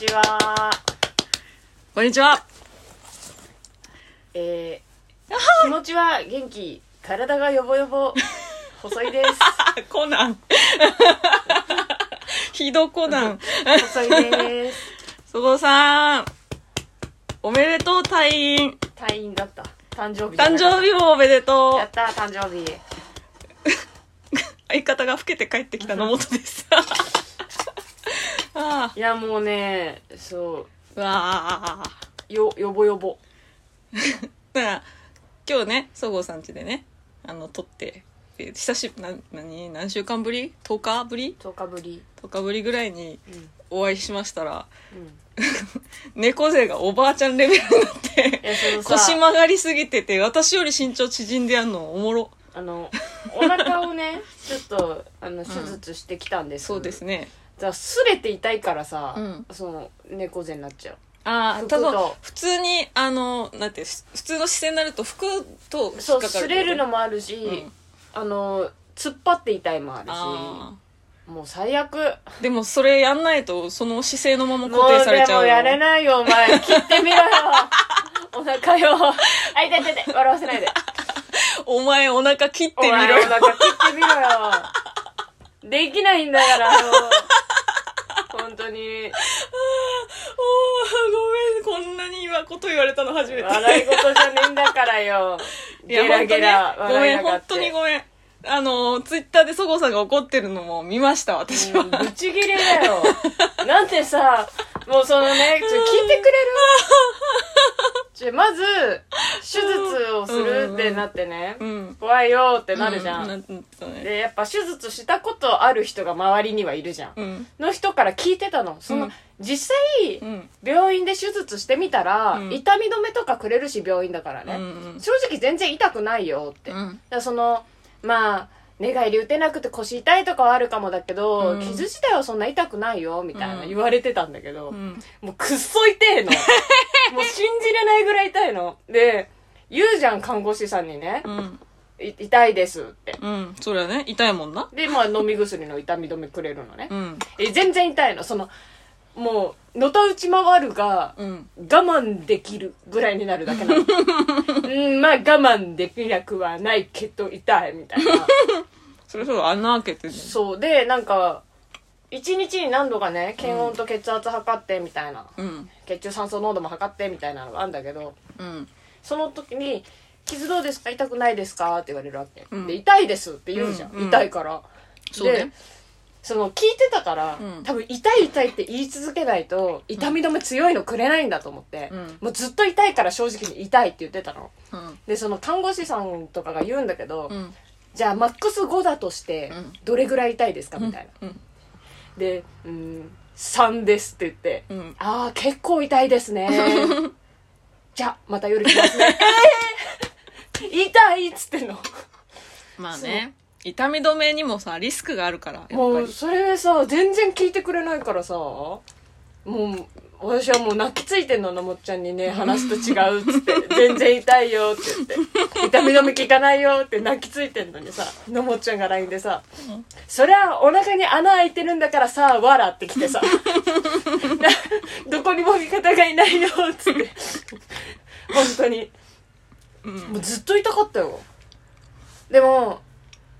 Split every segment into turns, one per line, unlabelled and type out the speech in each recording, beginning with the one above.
ちは。
こんにちは。
えー、気持ちは元気、体がよぼよ ぼ、細いで
コナ ン。ひどコナン。
す。細いです。
そごさん。おめでとう退院。
退院だった。誕生日だ。
誕生日もおめでと
やっ
う。
た、誕生日。
相方が老けて帰ってきた 野本です。あ
いや、もうね、そ
あ、わあ。
う、よ、よぼよぼ。
だから今日ねそごうさん家でねあの撮ってで久しぶりな何何週間ぶり10日ぶり
10日ぶり。
10日ぶりぐらいに
うん。
お会いしましたら
うん。
猫背がおばあちゃんレベルになって
え、そのさ、
腰曲がりすぎてて私より身長縮んでやんのおもろ
あの、お腹をね、ちょっと、あの、手術してきたんです。
そうですね
じゃあ、すれて痛いからさ、
うん
その、猫背になっちゃう。
ああ
服
ただ
と
普通にあのなんてふ普通の姿勢になると服と引っかかる
そう、擦れるの
も
もあるし、
うん
あの、突っ張って痛いもある
あ
し、もう最悪。
ーでもそれやんないとその姿勢のまま
も
固定
う
され
で
ちゃ
も
うよ
やれないよ、お前。切って みろよ。お腹よ。あ、痛い痛い痛い。笑わせないで。
お前お腹切って
お
みろ
前
よ
お腹切ってみろよ。できないんだから、もう。本当に。
おーごめんこんなに今こと言われたの初めて
笑い事じゃねえんだからよ。
い
ゲ
や
ラ
本当
ゲ
ね
ラ
ご
笑
め
い
ん
やが
本
って。
当にごめんあのツイッターでそごうさんが怒ってるのも見ました私は、
うんぶち切れだよ。なんでさ、もうそのね、ちょ聞いてくれるちょまず、手術をするってなってね、
うん
怖いよってなるじゃ。
うんんなったね
で、やっぱ手術したことある人が周りにはいるじゃん。
うん
の人から聞いてたの。その、
うん
実際
う、ん
病院で手術してみたら、
うん
痛み止めとかくれるし、病院だから
うんう
ね。
ん
正直全然痛くないよって。
うん
だからそのまあ寝返り打てなくて腰痛いとかはあるかもだけど、
うん
傷自体はそんな痛くないよみたいな
うん
言われてたんだけど、
うん
もうくっそ痛え のもう信じれないぐらい痛いので言うじゃん看護師さんにね
う、ん
い痛いですって
うんそりゃね痛いもんな
でまあ飲み薬の痛み止めくれるのね、
うん
え全然痛いのそのもうのたうち回るが
うん
我慢できるぐらいになるだけ なの。うん、まあ我慢できなくはないけど痛いみたいな。
それそれ穴開けてね
そうでなんか一日に何度かね検温と血圧測ってみたいな、
うん
血中酸素濃度も測ってみたいなのがあるんだけど
うん
その時に「傷どうですか痛くないですか?」って言われるわけ、
うん
で痛いですって言うじゃん、
うんうん
痛いから
そうね
でその聞いてたから、
うん
多分痛い痛いって言い続けないと痛み止め強いのくれないんだと思って、
うん
もうずっと痛いから正直に痛いって言ってたの
うん
でその看護師さんとかが言うんだけど、
うん
じゃあマックス5だとして
うん
どれぐらい痛いですかみたいな、
うん
で、うん、3ですって言って、
うん
ああ、結構痛いです ね。じゃあ、また夜来ますね。えー痛いっつってんの。
まあね痛み止めにもさリスクがあるからやっぱり
もう、それでさ、全然聞いてくれないからさ、もう、私はもう泣きついてんの、のもっちゃんにね、話と違うっつって、 全然痛いよって言 って、痛み止め効かないよって泣きついてんのにさ、のもっちゃんが LINE でさ、そりゃお腹に穴開いてるんだからさ、笑ってきて さ、 などこにも味方がいないよっつって、本当に。
うん
もうずっと痛かったよ。でも、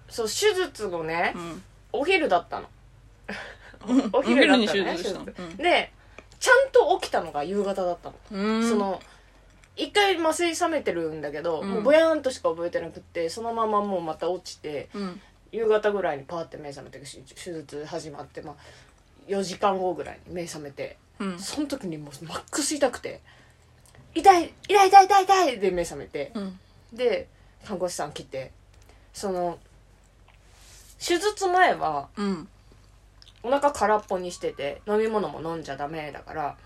そう、手術のね、
うん
お昼だ ったの。お
お
昼
昼
だっ
に
た
手
のね
術したの
手術でちゃんと起きたのが夕方だったの、
うん
その一回麻酔覚めてるんだけど、
うん
もうぼやんとしか覚えてなくってそのままもうまた落ちて
うん
夕方ぐらいにパーって目覚めて手手術始まって、まあ、4時間後ぐらいに目覚めて
うん
その時にもうマックス痛くて「痛い痛い痛い痛い痛い」で目覚めて
うん
で看護師さん来てその手術前は
うん
お腹空っぽにしてて飲み物も飲んじゃダメだから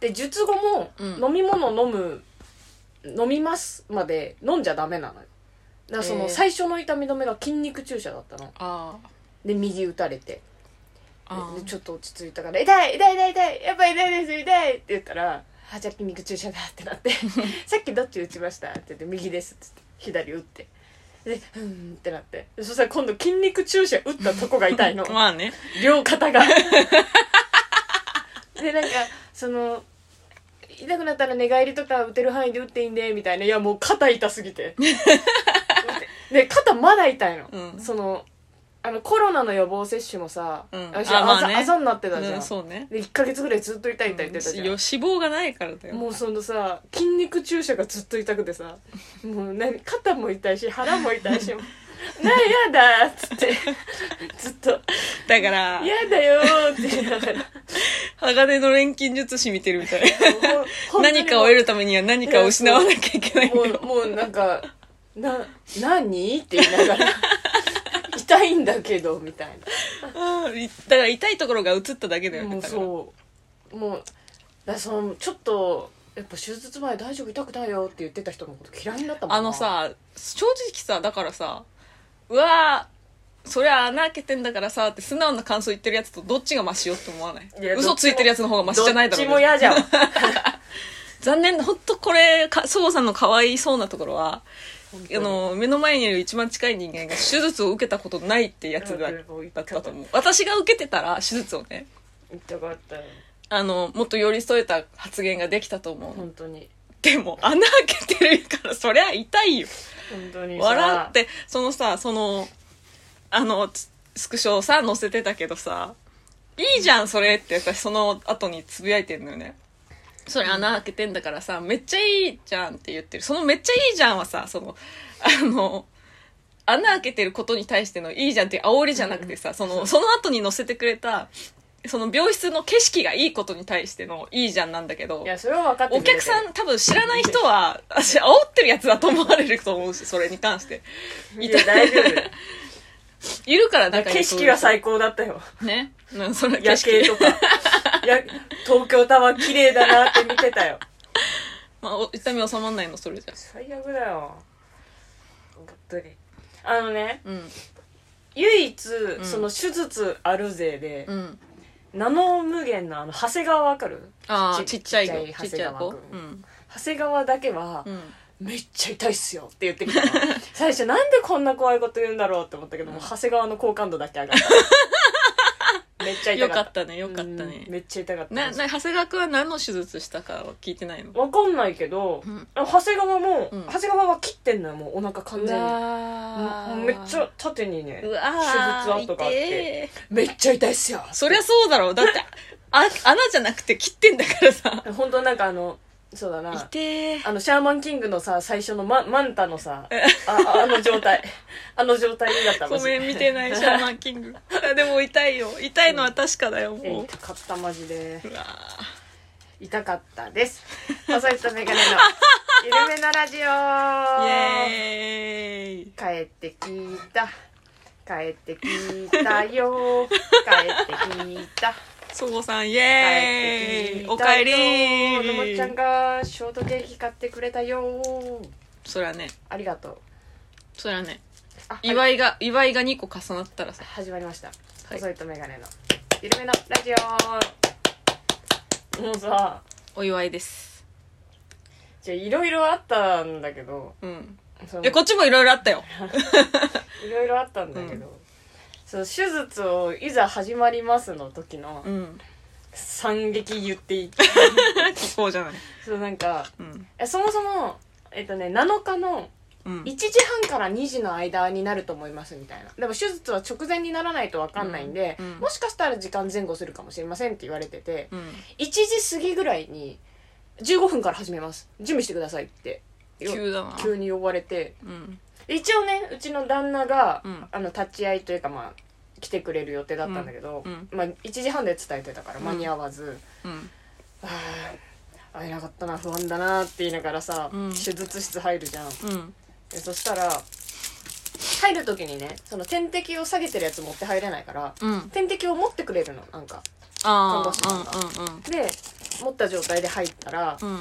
で術後も
うん
飲み物飲む、飲みますまで飲んじゃダメなのよだからそ
え
の
ー
最初の痛み止めが筋肉注射だったの
あ
で右打たれて
ーあ
で
ー
ちょっと落ち着いたから「痛い痛い痛い痛いやっぱ痛いです痛い」って言ったら「あじゃあ筋肉注射だ」って なって「さっきどっち打ちました?」って言って「右です」って言って左打ってで「うーん」ってなってそしたら今度筋 肉注射打ったとこが痛いの
まあね
両肩が。 でなんかその痛くなったら寝返りとか打てる範囲で打っていいんでみたいないやもう肩痛すぎ てで肩まだ痛いの、
うん
そのあのコロナの予防接種もさ、
うん
私
あ
あ,、
まあ
ざ
ね
あざになってたじゃん、
うんそうね
で1ヶ月ぐらいずっと痛い痛い痛いって言ってたじゃん、
よ脂肪がないからだよ
もうそのさ筋肉注射がずっと痛くてさもう何肩も痛いし腹も痛い しなやだーっつってずっと
だか
「
ら
やだよ」って言いながら
鋼の錬金術師見てるみたい
もう
何かを得るためには何かを失わなきゃいけないんだ
も
よ
うもうなんか「な何?」って言いながら「痛いんだけど」みたい
うんいだから痛いところが映っただけだ
な
よね
もう
だから
そうもうだそのちょっとやっぱ手術前大丈夫痛くないよって言ってた人のこと嫌いになったもんな
あのさ正直さだからさうわーそりゃ穴開けてんだからさって素直な感想言ってるやつとどっちがマシよって思わない
いや
嘘ついてるやつの方がマシじゃないだ
ど
ろう
っちも
ね
嫌じゃん
残念本当これかそごさんのかわいそうなところは
本当
あ
に
の目の前にいる一番近い人間が手術を受けたことないってやつだ
うんうん
だったと思う私が受けてたら手術をね
痛かったよ
あのもっと寄り添えた発言ができたと思う、
本当に
でも穴開けてるからそりゃ痛いよ
本当にさ
笑ってそのさそのあのつスクショをさ載せてたけどさいいじゃんそれって私その後につぶやいてんのよねそれ穴開けてんだからさめっちゃいいじゃんって言ってるそのめっちゃいいじゃんはさそのあの穴開けてることに対してのいいじゃんっていう煽りじゃなくてさ、そのその後に載せてくれたその病室の景色がいいことに対してのいいじゃんなんだけど
いやそれは分かって
お
くれてる
客さん多分知らない人は私煽ってるやつだと思われると思うしそれに関して
いや大丈夫
いるからだから
景色は最高だったよ
ねうんその景
夜景
色
とかや東京タワー綺麗だなって見てたよ
まあお痛み収まんないのそれじゃ
最悪だよ本当にあのね
うん
唯一、
ん
その手術あるぜで、
うん
ナノ無限のあの長谷川わかる
ああち
ち
っちゃい
ちっちゃ
子
い
ちっちゃい
長谷川
子うん
長谷川だけは、
うん
めっちゃ痛いっすよって言ってきたの 最初なんでこんな怖いこと言うんだろうって思ったけど、もう長谷川の好感度だけ上がった めっちゃ痛
よ
か
か
った
ったねよかった
うん
ね
めっちゃ痛かった
なな長谷川君は何の手術したかは聞いてないの
わかんないけど、
うん
長谷川も、
うん
長谷川は切ってんのよもうお腹完
う
全に
わ
も
ー
うめっちゃ縦にね
うわ
手術
ー
跡があって
痛え
めっちゃ痛いっすよ
そりゃそうだろうだってあ穴じゃなくて切ってんだからさ
本当なんかあのそうだな
痛え
あのシャーマンキングのさ最初のママンタのさああの状態 あの状態だった
ごめん見てないシャーマンキングあでも痛いよ痛いのは確かだよ
え
もう
痛かったマジで
うわ
痛かったです細いとメガネの「ゆるめのラジ
ーイ
オ」
エーイ
帰ってきた帰ってきたよ帰ってきた
そごさんイ
帰って
エーイ
きた
おかえり
のもっちゃんがショートケーキ買ってくれたよ
そりゃね
ありがとう
そりゃね
あはい
祝いが祝いが2個重なったらさ
始まりました
い
細いとメガネのゆるめのラジオもうさ
お祝いです
じゃいろいろあったんだけど
うん
その
いやこっちもいろいろあったよ
いろいろあったんだけど、その手術をいざ始まりますの時の
うん
惨劇言っていい
聞こうじゃない
そうなんか
うん
えそもそもえっとね7日の
うん
1時半から2時の間になると思いますみたいなでも手術は直前にならないと分かんないんで、
うんうん
もしかしたら時間前後するかもしれませんって言われてて
うん
1時過ぎぐらいに15分から始めます準備してくださいってよ
急だな
急に呼ばれて
うん
一応ねうちの旦那が、
うん
あの立ち会いというかまあ来てくれる予定だったんだけど、
うんうん
まあ、1時半で伝えてたから間に合わず、
うん
はあ会えなかったな不安だなって言いながらさ、
うん
手術室入るじゃん
うん
でそしたら入る時にねその点滴を下げてるやつ持って入れないから
うん
点滴を持ってくれるのなんか看
あ
護師さん
あうんうん
で持った状態で入ったら「
うん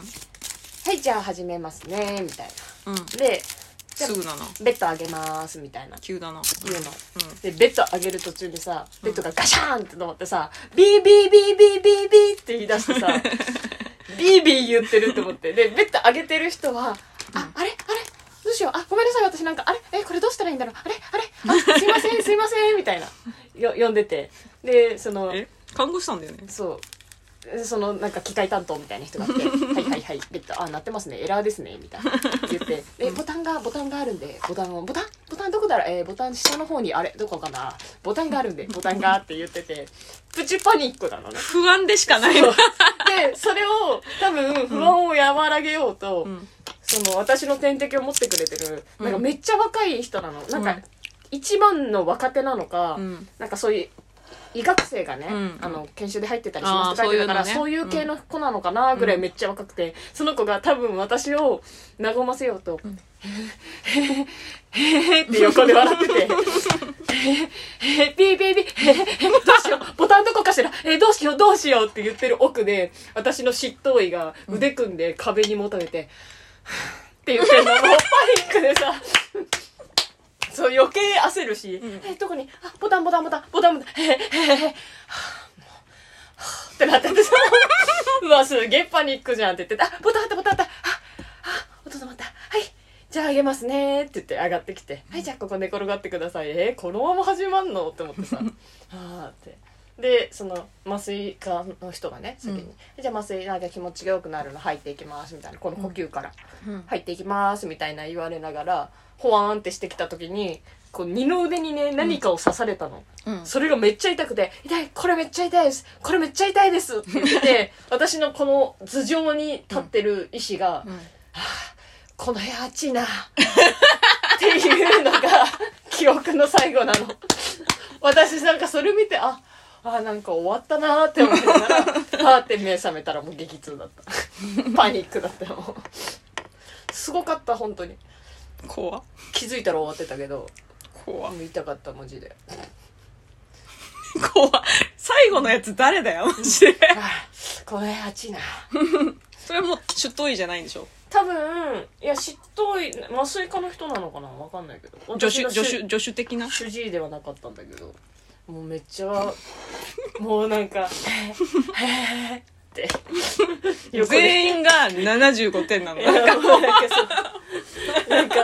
はいじゃあ始めますね」みたい
うんうん
なでじゃあ
すぐだな
「ベッドあげます」みたいな
急だな
言うの。
うん
でベッド上げる途中にさベッドがガシャーンって止まってさ「ビービービービービービー」って言い出してさ「ビービー言ってる」って思ってでベッド上げてる人は「ああれあれどうしようあごめんなさい私なんかあれえこれどうしたらいいんだろうあれあれあすいませんすいません」みたいなよ呼んでてでその
え看護師さんだよね
そうそのなんか機械担当みたいな人が来 て「はいはいはい」ベッドあ鳴ってますねエラーですね」みたいな言 って「でボタンがボタンがあるんでボタンをボタンボタンどこだろう、えーボタン下の方にあれどこかなボタンがあるんでボタンが」って言っててプチパニックなの ね。
不安でしかない
そ
の
う。でそれを多分不安を和らげようと、
ん
その私の点滴を持ってくれてるなんか
うん
めっちゃ若い人なの、なん
う
か
ん
一番の若手なのか、
うん
なんかそういう医学生がね、
うん
あの研修で入ってたりしますって
あー
書いてたからそ
そうう
い
いう
う
のね
系の子なのかなぐらいめっちゃ若くて、その子が多分私を和ませようと「へへへへへ」って横で笑ってて。えー、ピーピーピー、えーえーどうしよう、ボタンどこかしら、えーどうしよう、どうしようって言ってる奥で、私の執刀医が腕組んで壁にもたれて、って言ってんの、もうパニックでさ、そう余計焦るし、えーどこに、あ、ボタンボタンボタン、ボタンボタン、えーえーえーはぁもうはぁってなっててさ、うわ、すげえパニックじゃんって言って、あ、ボタンあったボタンあった、あ、あ、お父様あった、はい。じゃああげますねって言って上がってきて「はいじゃあここ寝転がってください」えーこのまま始まんのって思ってさああってでその麻酔科の人がね先に、
うん
じゃあ麻酔なんか気持ちが良くなるの入っていきますみたいなこの呼吸から、
うん
入っていきますみたいな言われながらほわーんってしてきた時にこう二の腕にね何かを刺されたの、
うん
それがめっちゃ痛くて「痛いこれめっちゃ痛いですこれめっちゃ痛いです」って言ってて 私のこの頭上に立ってる医師が「
うん
この部屋暑いなっていうの が記憶の最後なの私なんかそれ見てああなんか終わったなーって思ってたらパー って目覚めたらもう激痛だったパニックだったよもうすごかった本当に
怖
気づいたら終わってたけど
怖
もう痛かったマジで
怖最後のやつ誰だよマジで
あーこの部屋暑いな
それも出頭医じゃないんでしょ
多分いや執刀医麻酔科の人なのかなわかんないけど
助手
私の
助手助手的な
主治医ではなかったんだけどもうめっちゃもうなんか「へーって横で
全員が75点なんだ
なんかもうなんかそうなんか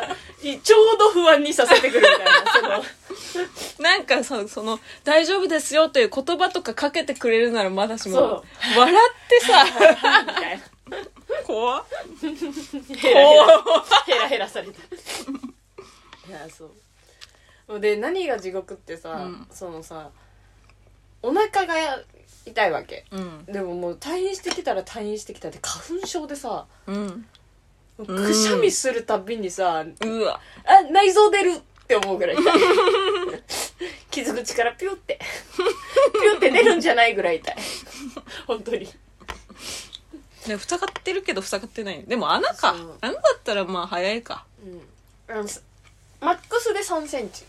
いちょうど不安にさせてくるみたいなそ の
なんかさ、その、大丈夫ですよという言葉とかかけてくれるならまだし
そう
も、笑ってさ、
みたいな
怖っ
ヘラヘラ ヘラヘラ されていやそうで何が地獄ってさ、
うん
そのさお腹が痛いわけ
うん。
でももう退院してきたら退院してきたで花粉症でさ
うん。
くしゃみするたびにさ、
うわ。
あ、内臓出るって思うぐらい 痛い。傷口からピュって、ピュって出るんじゃないぐらい痛い。本当に。
ね、塞がってるけど塞がってない。でも穴か
そう。
穴だったらまあ早いか。
うんあの。すマックスで3センチ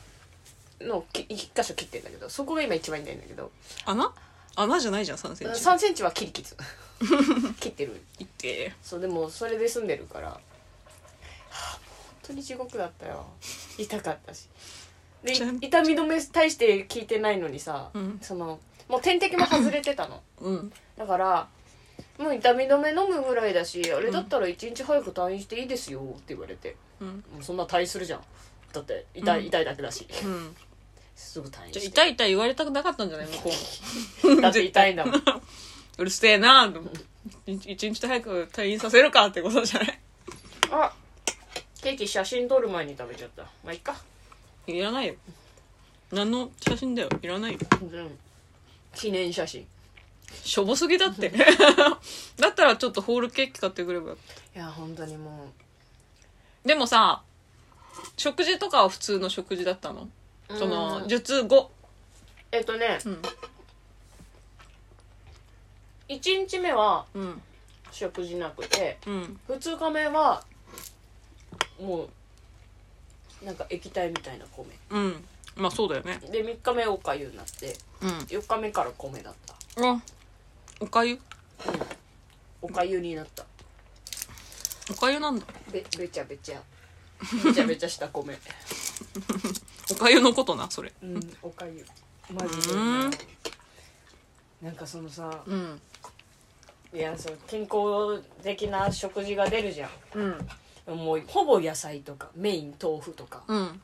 のき一箇所切ってんだけど、そこが今一番痛いんだけど、
穴穴じゃないじゃん、3センチ。
3センチは切り傷。 切ってる。
いって
そう、でもそれで済んでるから、はあ、もう本当に地獄だったよ。痛かったし。で、い
ちゃん
痛み止め対して効いてないのにさ、
うん。
そのもう点滴も外れてたの
うん。
だからもう痛み止め飲むぐらいだしあれだったら一日早く退院していいですよって言われて
うん。
もうそんな退院するじゃんだって痛い、
うん
痛いだけだし
うん。
すぐ退院
じゃ
し
あ
て
痛い痛い言われたくなかったんじゃない向こう も。
だって痛いんだもん
うるせえな一一日早く退院させるかってことじゃない
あケーキ写真撮る前に食べちゃったまあいっか
いらないよ。何の写真だよ。いらないよ。
うん記念写真い
しょぼすぎだって だったらちょっとホールケーキ買ってくればよかっ
や本当にも
たでもさ食事とかは普通の食事だったの
う
その
うん
術後
えっとね
うん
1日目は
うん
食事なくて
うん
2日目はもうなんか液体みたいな米
うんまあそうだよね
で3日目おかゆになって
う
4日目から米だった
んあおかゆ
おかゆになった
おかゆなんだ
べべちゃべちゃべちゃべちゃした米
おかゆのことなそれ
うんおかゆマジで
うん
なんかそのさ
うん
いやそう健康的な食事が出るじゃ
うん
んもうほぼ野菜とかメイン豆腐とか
うん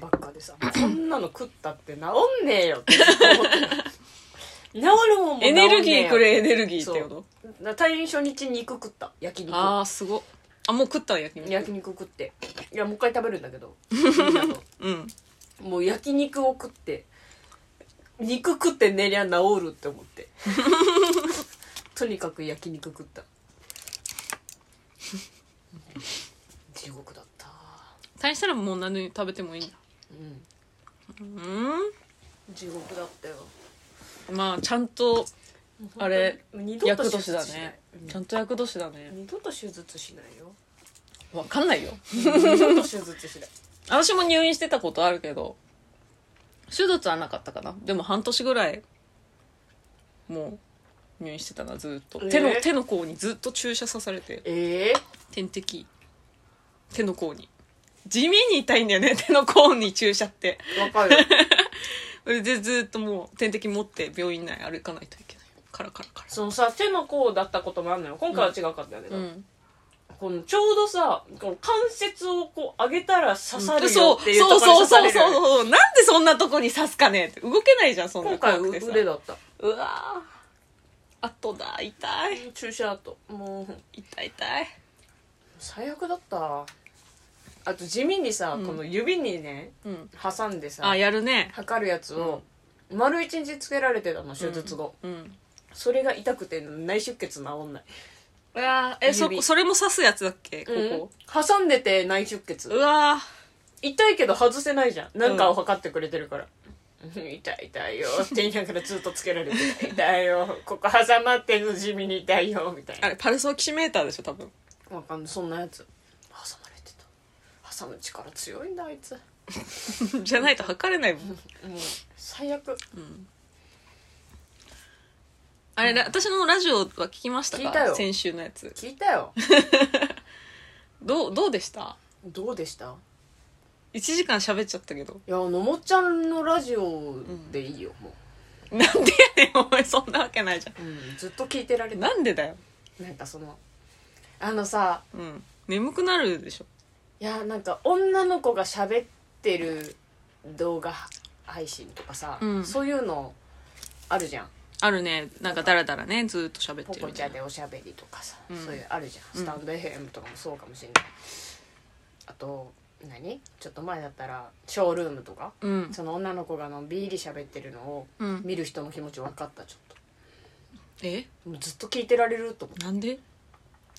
ばっかでさこんなの食ったって治んねえよってずっと思ってた治るもんも治
エ
んね
ネ
えよ
ルギーくれエネルギーってこと
な退院初日肉食った焼肉
ああすごっあもう食ったわ焼肉
焼肉食っていやもう一回食べるんだけ どみんなと
うん
もう焼肉を食って肉食って寝りゃ治るって思って とにかく焼肉食った地獄だった
大したらもう何食べてもいいんだ
うん
うん
地獄だったよ
まあちゃんとあれ
二度と
厄
手
年
術
だ
しない
ねちゃんと厄年だね
二度と手術しないよ
わかんないよ
二度と手術しない
私も入院してたことあるけど手術はなかったかなでも半年ぐらいもう入院してたなずっと、
えー
手の手の甲にずっと注射刺されて
ええ
点滴手の甲に地味に痛いんだよね 手の甲に注射って
わかる
それでずっともう点滴持って病院内歩かないといけないカラカラカ
そのさ手の甲だったこともあるのよ今回は違かったけど、
ラうん
このちょうどさこの関節をこう上げたら刺さる
そ
よ
う
っていう
そ
と
う
ころ
そ
に刺
う
さ
そ
れるよ
う
ね
そうなんでそんなとこに刺すかねって動けないじゃんそんな
今回
怖くてさ
腕だった
うわあとだ痛い
注射ともう
痛い痛い
最悪だったあと地味にさ、
うん
この指にね
うん
挟んでさ
あやるね
測るやつを丸一日つけられてたの手術後、
うん
それが痛くて内出血治んない
うわーえそ
指
それも刺すやつだっけここ、
挟んでて内出血
うわ
痛いけど外せないじゃんなんかを測ってくれてるから、痛い痛い よって言いながらずっとつけられて痛いよここ挟まってんの地味に痛いよみたい
ーあれパルスオキシメーターでしょ多分
なわかんないそんなやつ挟まれてた挟む力強いんだあいつも
じゃないと測れないもん、
う最悪
うんあれ、ら私のラジオは聞きましたか
聞いたよ
先週のやつ
聞いたよ
どうどうでした
どうでした
1時間喋っちゃった けど
いやのもちゃんのラジオでいいよ、も
なんでやねんお前そんなわけないじゃ
う、うん、ずっと聞いてられ
ん
た
なんでだよ
なんかそのあのさ
うん眠くなるでしょ
いやなんか女の子が喋ってる動画配信とかさ、
うん
そういうのあるじゃん
あるねなんかダラダラねずーっと喋っ
ポ
て
コ
るみ
チ
た
ャ
いな
でおしゃべりとかさ、
うん
そういうあるじゃん
うん
スタンド FM とかもそうかもしれない、あと何ちょっと前だったらショールームとか
うん
その女の子がのんびり喋ってるのを
うん
見る人の気持ち分かったちょっ
え
ともうずっと聞いてられると思っ
なんで
て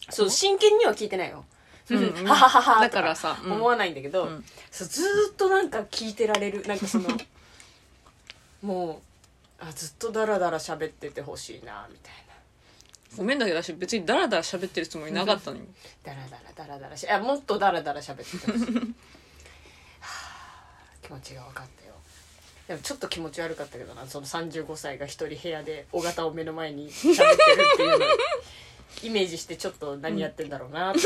そう真剣には聞いてないよ
う ん
はははは
だからさ
と
うん
思わないんだけど、
うん
そうずーっとなんか聞いてられるなんかその もうあずっとダラダラ喋っててほしいなみたいな
ごめんだけど私別にダラダラ喋ってるつもりなかったのに
ダラダラダラダラしあもっとダラダラ喋っててほ しいはあ気持ちが分かったよでもちょっと気持ち悪かったけどなその35歳が一人部屋で尾形を目の前に喋ってるっていうのイメージしてちょっと何やってんだろうな って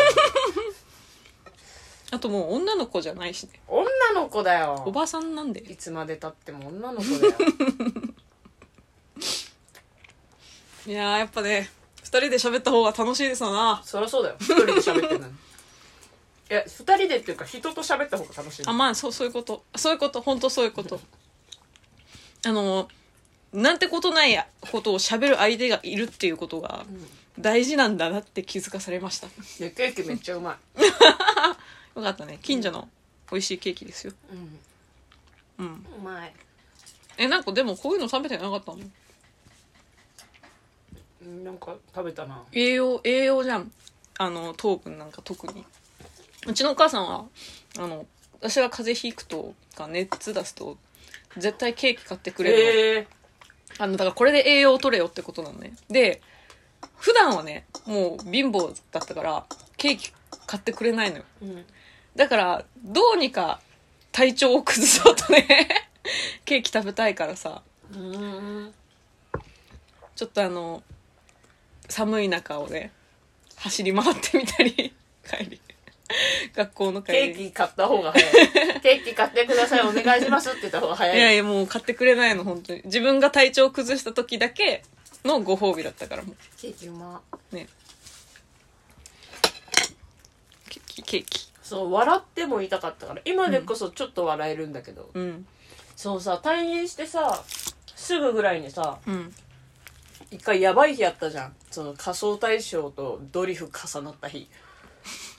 あともう女の子じゃないしね
思う女の子だ
お
よ
ばさんなんで
いつまでたっても女の子だよ
いやーやっぱね2人で喋った方が楽しいですわな
そりゃそうだよ一人で喋ってるのにいや二人でっていうか人と喋った方が楽しい
あまあそうそういうことそういうこと本当そういうことあのなんてことないことを喋る相手がいるっていうことが大事なんだなって気づかされました
でケーキめっちゃうまい
よかったね近所の美味しいケーキですよ
うん
うん
うまい
えなんかでもこういうの食べてなかったの
なんか食べたな
栄養栄養じゃんあの糖分なんか特にうちのお母さんはあの私が風邪ひくとか熱出すと絶対ケーキ買ってくれるの、
ええ
あのだからこれで栄養を取れよってことなのねで普段はねもう貧乏だったからケーキ買ってくれないのよ
うん
だからどうにか体調を崩そうとね ケーキ食べたいからさ
うん
ちょっとあの寒い中をね走り回ってみたり 帰り学校の帰り
ケーキ買った方が早 いケーキ買ってくださいお願いしますって言った方が早い
いやいやもう買ってくれないの本当に自分が体調を崩した時だけのご褒美だったからも
ケーキうま
うねケーキケーキ
そう笑っても痛かったから今でこそちょっと笑えるんだけど、
うん
そうさ退院してさすぐぐらいにさ
うん
一回やばい日やったじゃんその仮装大賞とドリフ重なった日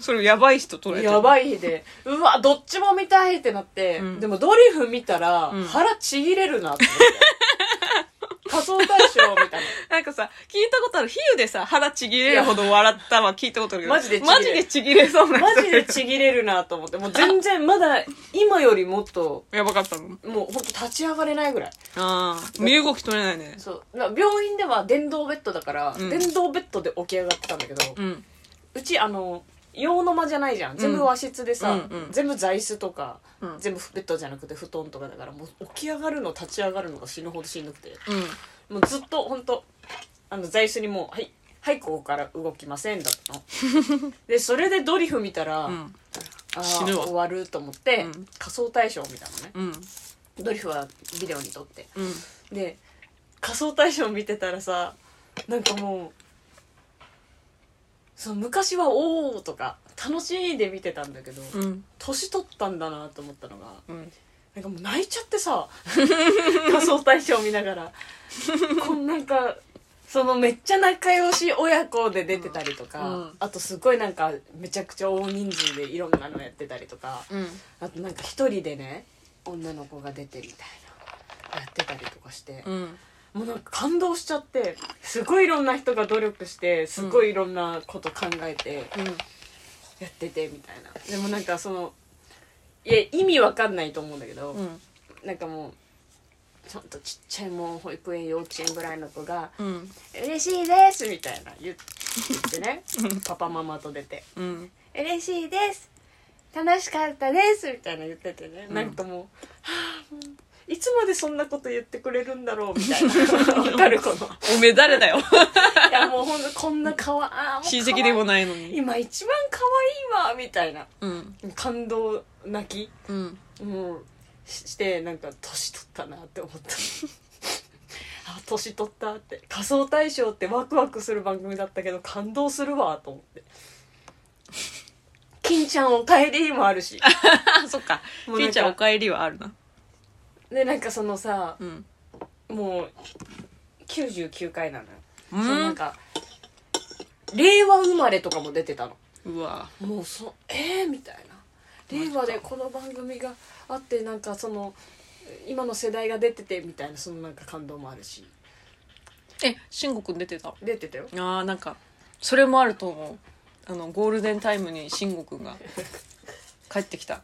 それやばい人捉えてる
やばい日でうわどっちも見たいってなって、
うん
でもドリフ見たら
うん
腹ちぎれるなって思っ て、仮装大賞みたい
なんかさ聞いたことある比喩でさ腹ちぎれるほど笑ったは聞いたことあるけど
マジでちぎれ
マジでちぎれそうな
な
やつ
マジでちぎれるなと思ってもう全然まだ今よりもっと
やばかったの
もうほんと立ち上がれないぐらい
ああ身動き取れないね
そうな病院では電動ベッドだから、
うん
電動ベッドで起き上がってたんだけど、う
うん
ちあの洋の間じゃないじゃん全部和室でさ、
うんうん
全部座椅子とか、
うん
全部ベッドじゃなくて布団とかだからもう起き上がるの立ち上がるのが死ぬほどしんどくて
うん
もうずっと本当あの座椅子にもう「はいはいここから動きません」だったの でそれでドリフ見たら、
う
あ
ん
ー
死ぬわ
終わると思って、
うん
仮想大賞みたいなね
うん
ドリフはビデオに撮って
うん
で仮想大賞見てたらさなんかもうその昔は「おお」とか楽しいで見てたんだけど
うん
年取ったんだなと思ったのが
うん
なんかもう泣いちゃって さ仮想大賞見ながらこんなんかそのめっちゃ仲良し親子で出てたりとか、
うん
あとすごいなんかめちゃくちゃ大人数でいろんなのやってたりとか
うん
あとなんか一人でね女の子が出てみたいなやってたりとかして、
うん
もうなんか感動しちゃってすごいいろんな人が努力してすごいいろんなこと考えてやっててみたいな、でもなんかそのいや意味わかんないと思うんだけど、
うん
なんかもうちょっとちっちゃいもう保育園幼稚園ぐらいの子が
うん
「嬉しいです」みたいな言っ言ってね
うん
パパママと出て
うん
「嬉しいです」「楽しかったです」みたいな言っててね、
うん
なんかもう「はあもういつまでそんなこと言ってくれるんだろう」みたいなわかるこの。
おめえ誰だよ
いやもうほんとこんなかわあーもう
親戚でも
ない
ないのに
今一番可愛いわみたいな
うん
感動泣
うん
きもうししてなんか年取ったなって思った あ年取ったって仮想大賞ってワクワクする番組だったけど感動するわと思って金ちゃんおかえりもあるし
あそっか
もうなんか
ピーちゃんおかえりはあるな
でなんかそのさ
うん
もう99回なのよ、そ
う
のなん
ん
か令和生まれとかも出てたの
うわ
もうそえー、みたいな令和でこの番組があってなんかその今の世代が出ててみたいなそのなんか感動もあるし
え慎吾くん出てた
出てたよ
あーなんかそれもあると思うあのゴールデンタイムに慎吾くんが帰ってきた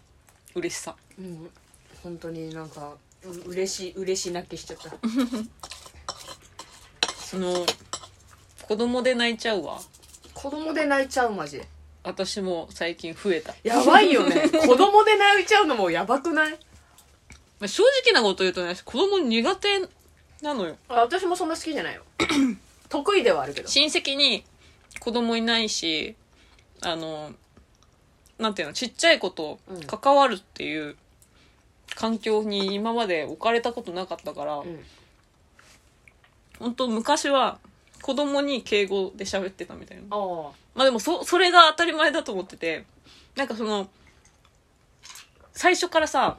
嬉しさ
うん本当になんかう嬉しい嬉し泣きしちゃった
その子供で泣いちゃうわ
子供で泣いちゃうマジで
私も最近増えた、
やばいよね子供で泣いちゃうのもやばくない
まあ正直なこと言うとね子供苦手なのよ
あ私もそんな好きじゃないよ 得意ではあるけど
親戚に子供いないしあのなんていうのちっちゃい子と関わるっていう環境に今まで置かれたことなかったから、
うん
本当昔は子供に敬語で喋ってたみたいな
ああ
まあでもそそれが当たり前だと思っててなんかその最初からさ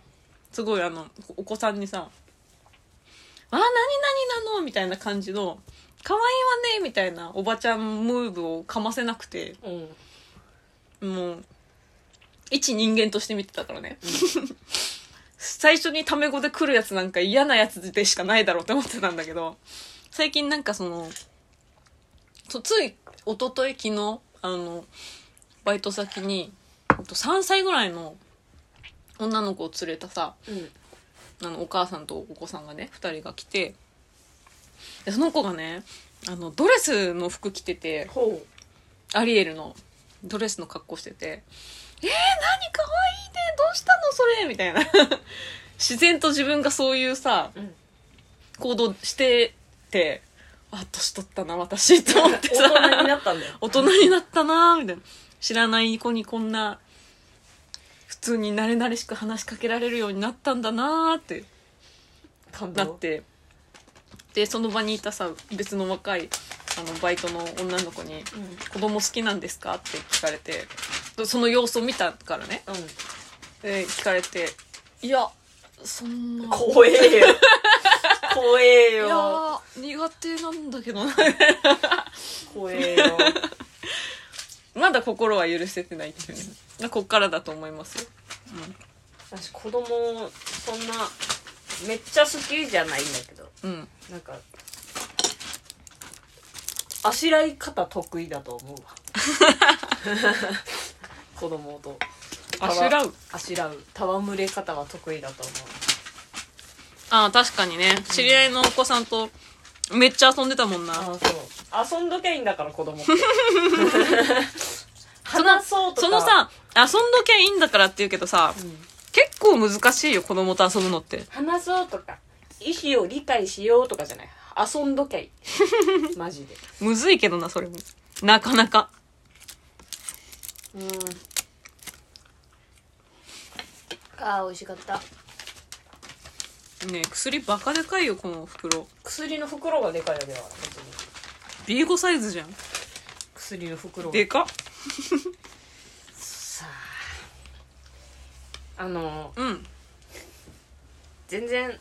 すごいあのおお子さんにさ「あー何々なの?」みたいな感じの「可愛いわね」みたいなおばちゃんムーブをかませなくて
うん
もう一人間として見てたからね最初にタメ語で来るやつなんか嫌なやつでしかないだろうって思ってたんだけど最近なんかそのとつい一昨日昨日あのバイト先にほんと3歳ぐらいの女の子を連れたさ
うん
あのお母さんとお子さんがね2人が来てでその子がねあのドレスの服着てて
ほ
アリエルのドレスの格好してて「えー、何かわいいねどうしたのそれ」みたいな 自然と自分がそういうさ
う、うん、
行動してて「あ年取ったな私」と思っ
大
てさ
人になったんだよ
大人になったなみたいな知らない子にこんな普通に慣れ慣れしく話しかけられるようになったんだなって
感動
なってでその場にいたさ別の若いあのバイトの女の子に「
うん
子供好きなんですかって聞かれてその様子を見たからね
うん
で聞かれていやそんな
怖えよ怖え
いや
よ
ー苦手なんだけどな
怖えよ
まだ心は許せてないっていうねだからこっからだと思いますよ
私子供そんなめっちゃ好きじゃないんだけど
うん
なんかあしらい方得意だと 思うわ子供と
あしらう
あしらう戯れ方は得意だと思
ああ確かにね知り合いのお子さんとめっちゃ遊んでたもんな
うああそう遊んどきゃいいんだから子供 って 話そうとか
そのさ遊んどきゃいいんだからって言うけどさ
うん
結構難しいよ子供と遊ぶのって
話そうとか意思を理解しようとかじゃない遊んどきゃい いマジで
むずいけどなそれもなかなか
うんあー美味しかった
ねえ薬バカでかいよこの袋
薬の袋がでかいよでは本当に
B5 サイズじゃん
薬の袋
でかっ
さああの
うん
全然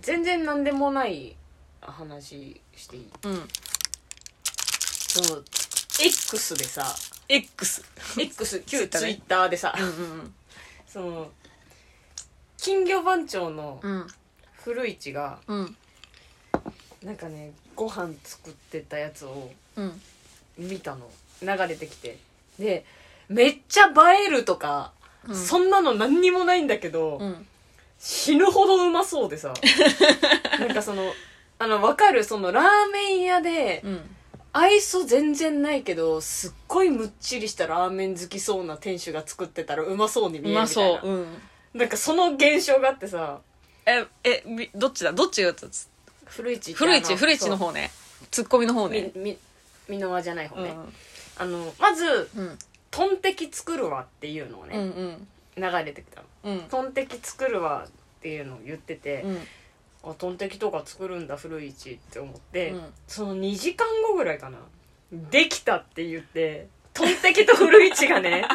全然何でもない話していい
うん
その X でさ
X
X 旧
Twitter ね
Twitter でさ
うんうん
その金魚番長の
うん
古市が
うん
なんかねご飯作ってたやつを
うん
見たの流れてきてでめっちゃ映えるとか、
うん
そんなの何にもないんだけど、
うん
死ぬほどうまそう でさなんかそのあの分かるそのラーメン屋で
うん
愛想全然ないけどすっごいむっちりしたラーメン好きそうな店主が作ってたらうまそうに見
う
えるみたいな、
まそううん
なんかその現象があってさ
ええみどっちだどっちがやったつ
古市って
古
あ
市
の
古市の方ねツッコミの方
そうみ
ね
み美濃輪じゃない方
うん
ね、あのまず
うん
「トンテキ作るわ」っていうのを
うんう
ね、
ん
流れてきたの
うん
「トンテキ作るわ」っていうのを言ってて
う、ん
あトンテキとか作るんだ古市って思って、
うん
その2時間後ぐらいかなできたって言ってトンテキと古市が ね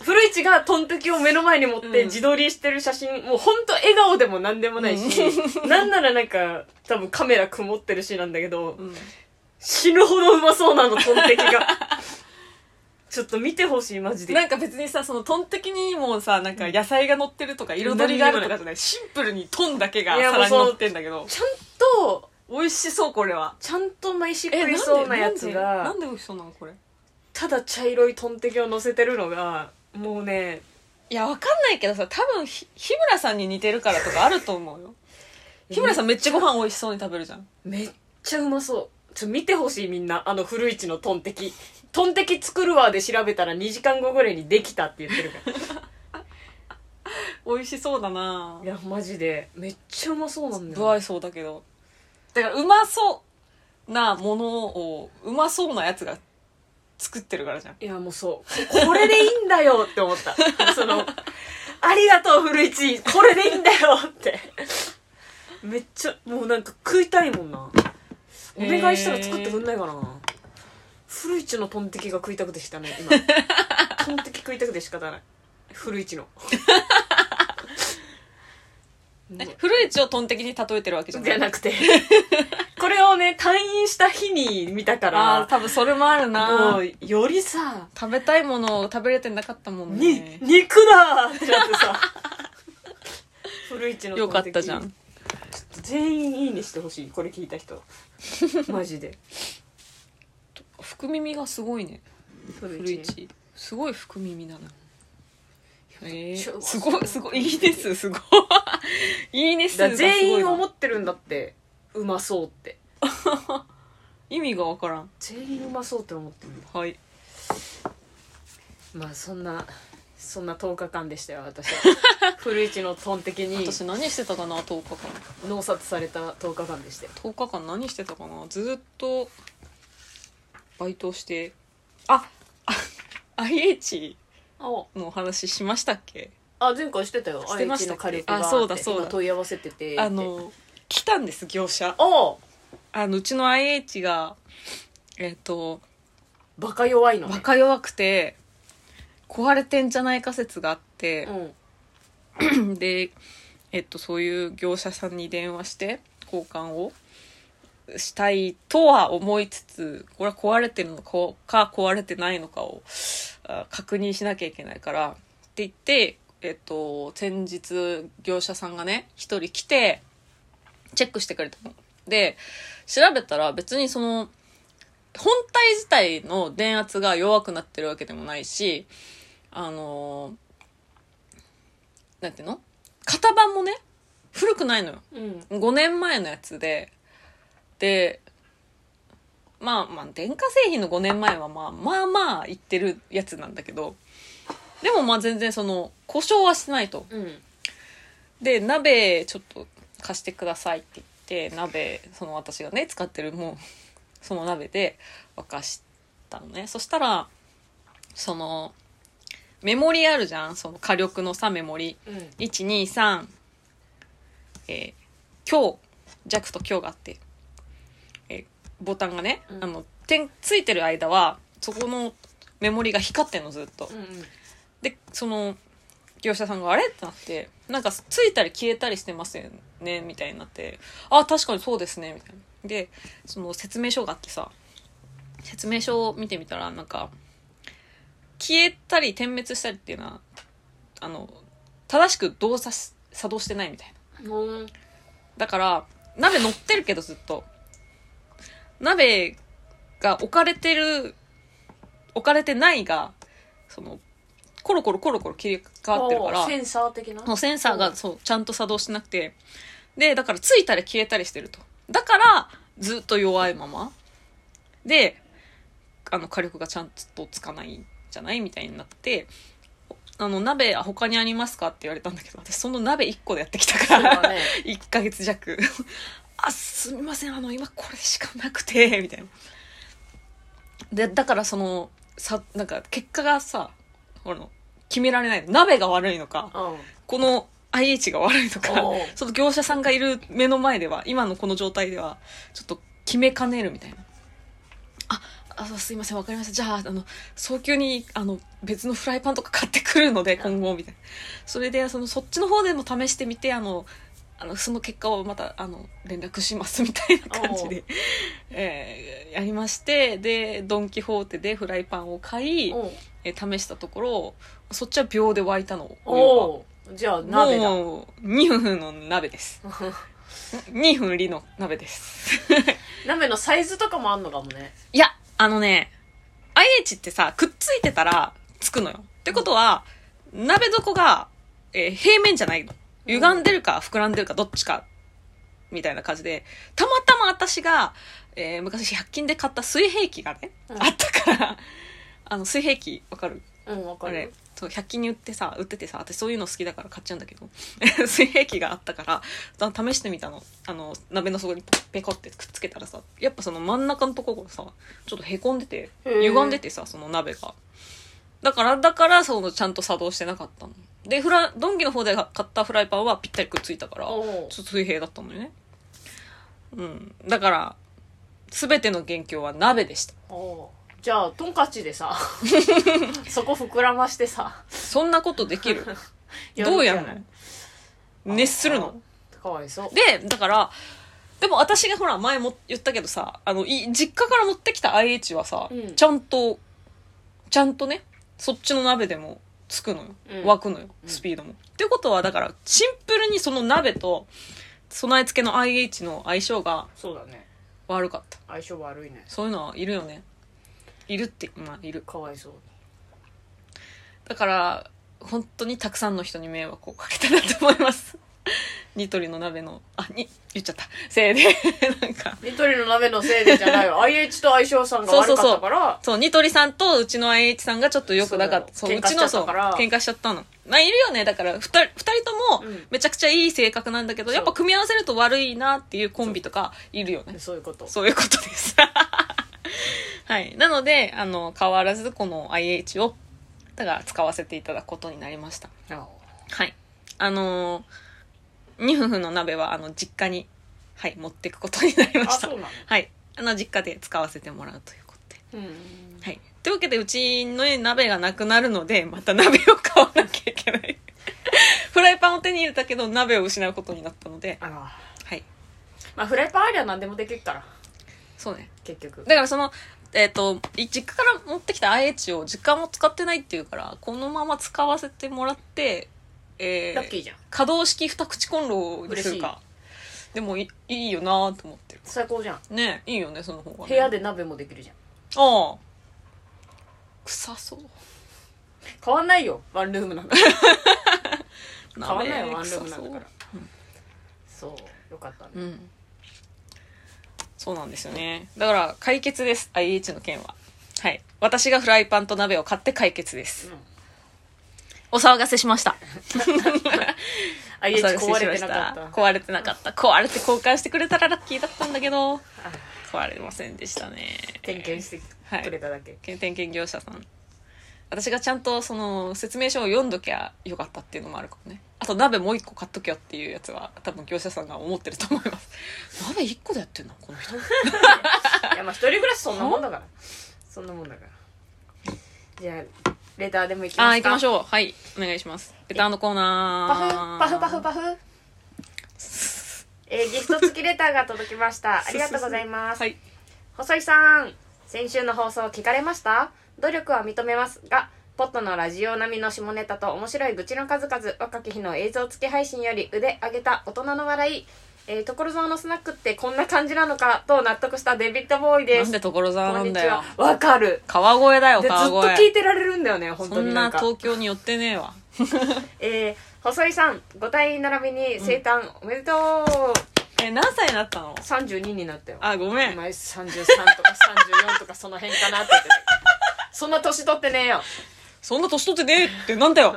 古市がトンテキを目の前に持っ
う
て
ん
自撮りしてる写真、もうほんと笑顔でも何でもないし、 なんならなんか多分カメラ曇ってるしなんだけど、
うん
死ぬほどうまそうなのトンテキが ちょっと見てほしいマジで
なんか別にさそのトン的にもさなんか野菜が乗ってるとか彩りがあるとかじゃないシンプルにトンだけが
いやもう
皿に
そう
乗ってんだけど
ちゃんと
美味しそうこれは
ちゃんと飯食いそうなやつが
なんで美味しそうなのこれ
ただ茶色いトンテキを乗せてるのがもうね
いやわかんないけどさ多分ひ日村さんに似てるからとかあると思うよ日村さんめっちゃご飯美味しそうに食べるじゃん
めっちゃうまそうちょ見てほしいみんなあの古市のトンテキトンテキ作るわで調べたら2時間後ぐらいにできたって言ってる から
美味しそうだない
やマジでめっちゃうまそうなんだ
不
よ
愛想だけどだからうまそうなものをうまそうなやつが作ってるからじゃん
いやもうそうここれでいいんだよって思ったそのありがとう古市これでいいんだよってめっちゃもうなんか食いたいもんなお願いしたら作ってくんないかな、古市のトンテキが食いたくてしたね今トンテキ食いたくて仕方ない古市のうん
え古市をトン的に例えてるわけじゃない
じゃなくてこれをね退院した日に見たか
ああ
ら
多分それもある
も
な
うよりさ
食べたいものを食べれてなかったもん
に
ね、
肉だーってなってさ 古市の
よかったじゃん
全員いいねしてほしいこれ聞いた 人マジで
福耳がすごいね
古
古市すごい福耳だなえ
ちょ
ー、すごいすごいいいですすごい いいです
だから全員思
っ
ってるんだってうまそうって
意味がわからん
全員うまそうって思ってる
はい
まあそんなそんな10日間でしたよ私 は古市のトン的に
私何してたかな10日間
脳殺された10日間でしたよ
10日間何してたかなずーっとバイトしてああ IH のお話しましたっけ
あ前回してたよ
してましたっけ
愛知の火力があって
あそうだそうだ
今問い合わせてて
あの来たんです業者
お
あのうちの IH がえっ、と
バカ弱いのね
バカ弱くて壊れてんじゃないか説があって、
うん
で、えっと、そういう業者さんに電話して交換をしたいとは思いつつ、これは壊れてるのか壊れてないのかをあ確認しなきゃいけないから、って言って、えっと、先日業者さんがね、一人来て、チェックしてくれたの。で、調べたら別にその、本体自体の電圧が弱くなってるわけでもないし、あのなんていうの型番もね、古くないのよ。
うん
5年前のやつで、で、まあまあ、電化製品の5年前はまあまあまあ言ってるやつなんだけど、でもまあ全然その、故障はしてないと。
うん
で、鍋ちょっと貸してくださいって言って、鍋、その私がね、使ってるもう、その鍋で沸かしたのね。そしたら、その、メモリあるじゃんその火力のさ、メモリ。
うん
123えー、強弱と強があって、えーボタンがね、
うん
あの点ついてる間はそこのメモリが光ってんのずっと、
うん
でその業者さんが「あれ?」ってなって「なんかついたり消えたりしてますよね」みたいになって「あ確かにそうですね」みたいなでその説明書があってさ説明書を見てみたらなんか消えたり点滅したりっていうのはあの正しく動作し作動してないみたいな
うん
だから鍋乗ってるけどずっと鍋が置かれてる置かれてないがそのコロコロコロコロ切り替わってるから
センサー的な
もうセンサー
う
が
ん
そうちゃんと作動してなくてでだからついたり消えたりしてるとだからずっと弱いままであの火力がちゃんとつかないんじゃないみたいになってあの鍋あ他にありますかって言われたんだけど私その鍋1個でやってきた
そ
か
う
ら
だね
1ヶ月弱あすみませんあの今これしかなくて みたいなでだからそのさなんか結果がさほら決められない鍋が悪いのか
う
この IH が悪いのか
おう
その業者さんがいる目の前では今のこの状態ではちょっと決めかねるみたいなああすいませんわかりましたじゃああの早急にあの別のフライパンとか買ってくるので今後みたいなそれでそのそっちの方でも試してみてあのあのその結果をまたあの連絡しますみたいな感じで、えーやりましてでドン・キホーテでフライパンを買い
ん、うん
えー試したところそっちは秒で沸いたのお湯が
おおじゃあ鍋だ
もう2分の鍋 です2分りの鍋です
鍋のサイズとかもあんのかもね
いやあのね IH ってさくっついてたらつくのよってことは鍋底が、えー平面じゃないの歪んでるか膨らんでるかどっちかみたいな感じでたまたま私が、えー昔100均で買った水平器がね、
うん
あったからあの水平器わかる
うんわか
あ
る
れそう100均に売ってさ売っててさ私そういうの好きだから買っちゃうんだけど 水平器があったからあ試してみたのあの鍋の底にペコってくっつけたらさやっぱその真ん中のところがさちょっとへこんでて
へー
歪んでてさその鍋がだからだからそのちゃんと作動してなかったのでフラドンキの方で買ったフライパンはぴったりくっついたからち
お
ょ
お
っと水平だったのよねうんだから全ての元凶は鍋でした
おおじゃあトンカチで さそこ膨らましてさ
そんなことでき
る
る
んじゃない
どうやるの熱するの
かわいそう
でだからでも私がほら前も言ったけどさあのい実家から持ってきた IH はさ、
うん
ちゃんとちゃんとねそっちの鍋でもつくのよ、
うん
湧くのよ
うん
スピードも、っていうことはだからシンプルにその鍋と備え付けの IH の相性が
そうだね
悪かった
相性悪いね
そういうのはいるよねいるってまあいる
かわいそう
だから本当にたくさんの人に迷惑をかけたなと思います ニトリの鍋のあに言っちゃったせいで なんか
ニトリの鍋のせいでじゃない よ IH と相性さんが悪かったから
そう、ニトリさんとうちの IH さんがちょっと良くなかった。
そ
そ、
ううだよ
うち
喧嘩しちゃ
のそ
っ
う、
たから
喧嘩しちゃったの。まあ、いるよね。だから、二人、二人とも
うん、
めちゃくちゃいい性格なんだけど、
そう
やっぱ組み合わせると悪いなっていうコンビとか、いるよね。
そういうこと
そういうことです。 はい。なので、あの、変わらずこの IH を、だから使わせていただくことになりました。
あ
はい。あのー、ニフフの鍋は、あの、実家に、はい、持っていくことになりま
あ
した
そう。なの
はい。あの、実家で使わせてもらうということで。
うん
はい。というわけで、うちの家に鍋がなくなるので、また鍋を買わなきゃいけない。 フライパンを手に入れたけど、鍋を失うことになったので、
あの
はい。
まあフライパンありゃ何でもできるから
そうね
結局
だからそのえっ、と実家から持ってきた IH を時間も使ってないっていうからこのまま使わせてもらってえー
ラッキーじゃん
可動式二口コンロにするかでもいいいよなと思ってる
最高じゃん
ねいいよねその方が、ね、
部屋で鍋もできるじゃん
ああ臭そう
変わんないよワンルームなんだ変わんないよ
鍋
ワンルームなんだから
臭
そうよかったね
そううんそうなんですよねだから解決です IH の件ははい私がフライパンと鍋を買って解決です、
うん
お騒がせしました
IH 壊れてなかった
壊れてなかった壊れて交換してくれたらラッキーだったんだけど
あ
壊れませんでしたね
点検してくれただけ、
点検業者さん私がちゃんとその説明書を読んどきゃよかったっていうのもあるかもねあと鍋もう一個買っときゃっていうやつは多分業者さんが思ってると思います 鍋一個でやってんのこの人
い、やまあ一人暮らしそんなもんだ からそんなもんだからじゃあレターでも行きますか
あ行きまし
ょう
ょうはいお願いしますレターのコー
パ
ナー
フパフパフパフえー、ギフト付きレターが届きましたありがとうございます
はい
細井さん先週の放送聞かれました努力は認めますがポットのラジオ並みの下ネタと面白い愚痴の数々若き日の映像付き配信より腕上げた大人の笑い、えー、所沢のスナックってこんな感じなのかと納得したデビッド・ボーイで
なん
す
で所沢
こ
なんん
に
だ
ちは
よ
わかる
川越だよ
でずっと
川
聞い
越
てられるんだよね本
そ
当に
ん
なん
な
か
東京に寄ってねえわ
えー、細井さん五体並びに生誕おめでとう、
え何歳になったの
32になったよ
あごめ
お
ん
前33とか34とかその辺かなって言ってたそんな年取ってねえよ
そんな年取ってねえってなんだよ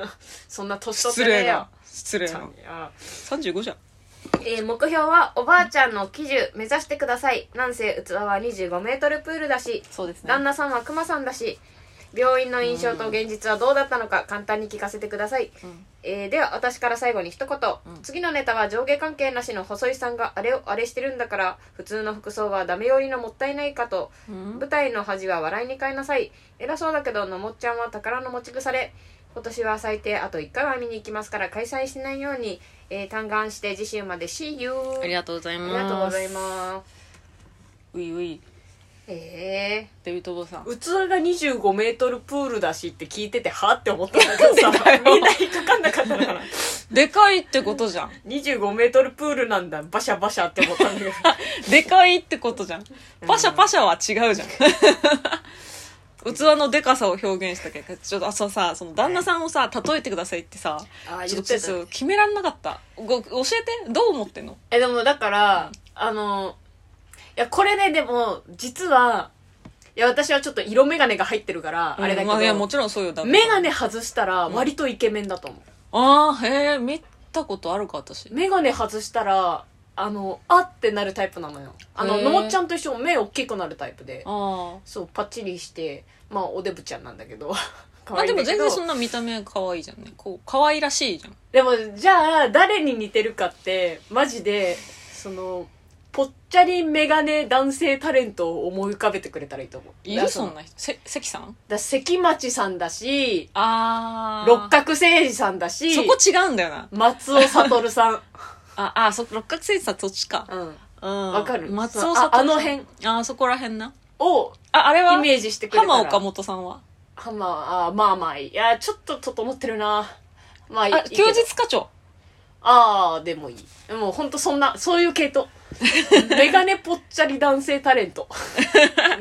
そんな年 取っ
失
てね
礼
えよ
な失礼な35じゃん
えー目標はおばあちゃんの喜寿目指してくださいなんせ器は2 5メートルプールだし
そうです
旦那さんはクマさんだし病院の印象と現実はどうだったのか簡単に聞かせてください、
うん
えーでは私から最後に一言、
うん
次のネタは上下関係なしの細井さんがあれをあれしてるんだから普通の服装はダメよりのもったいないかと
うん
舞台の恥は笑いに変えなさい偉そうだけどのもっちゃんは宝の持ち腐れ今年は最低あと1回は見に行きますから開催しないように、えー、嘆願して次週まで See you
あり
あ
がとうございます
りがとうございます
すういうい
え
デビットボーさん
ー、器が2 5メートルプールだしって聞いててはって思ったんだけど
さみんな
引っかかんなかったから
でかいってことじゃん
2 5メートルプールなんだバシャバシャって思ったんだけど
でかいってことじゃんパシャパシャは違うじゃん 器のでかさを表現した結果ちょっとあそうさその旦那さんをさ例えてくださいってさ
あ
ちょっとそう決めらんなかったご教えてどう思ってんの
えでもだからあのいやこれねでも実はいや私はちょっと色眼鏡が入ってるから、あれだけ
まいや
ど
もちろんそうよだって
眼鏡外したら割とイケメンだと思う、
ああへえ見たことあるか私
眼鏡外したらあのあってなるタイプなのよあの
へー
のもっちゃんと一緒目大きくなるタイプで
あ
そうパッチリしてまあおデブちゃんなんだけど
あ
可
まあ
愛い
で
ん
も
だけ
全
ど
然そんな見た目可愛いじゃんねこう可愛らしいじゃん
でもじゃあ誰に似てるかってマジでそのぽっちゃり眼鏡男性タレントを思い浮かべてくれたらいいと思う
い
だか
る
ら
そ
の
んな人せ関さん
だ関町さんだし
ああ
六角誠治さんだし
そこ違うんだよな
松尾悟さん、
ああそ六角精児さんそっちか
うん、
うん
わかる
松
そ
尾
う
さ
あ
ん
あの辺
あそこら辺な
を
ああれ
イ
は
メージしてくれたら
浜岡本さんは
浜あまあまあいいいやちょっと整ってるなまあいい
あ
いいけど
休日課長
ああでもいいもうほんとそんなそういう系 統メガネぽっちゃり男性タレント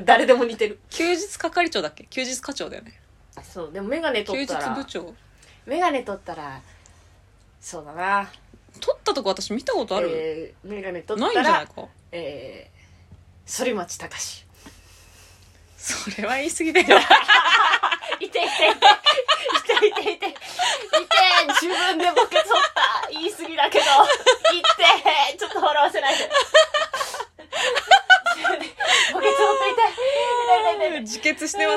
誰でも似てる
休日係長だっけ休日課長だよね
そうでもメガネ
休
取っ
日
た
部
ら
長
メガネ取ったらそうだな
撮ったとこ私見たことある、
えー、メガネ取っ
ないんじ
た
ゃな
ら
いか
えー、反町隆史
それは言い過ぎだよ
痛い痛い痛い痛い痛い痛い痛い自分でボケ取った言い過ぎだけど痛いちょっと笑わせないで ボケ取った痛い痛い痛い痛い
自決してま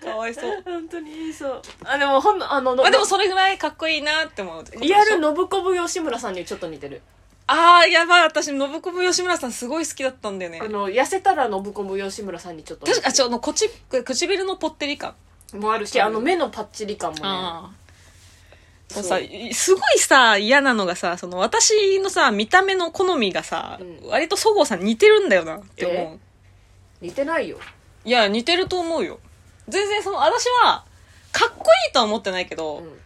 す かわいそう
本当にそうあでもほんのあの
まあでもそれぐらいかっこいいなって思うことでしょ
リアル信子吉村さんにちょっと似てる
ああやばい私信子部吉村さんすごい好きだったんだよね
あの痩せたら信子吉村さんにちょっと似て
確
る
かちょあのこち唇のぽってり感
もあるしあの目のパッチリ感もね
ああ
そう
さいすごいさ嫌なのがさその私のさ見た目の好みがさ、
うん
割とそごうさん似てるんだよなって思う
似てないよ
いや、似てると思うよ。全然その、私は、かっこいいとは思ってないけど、
うん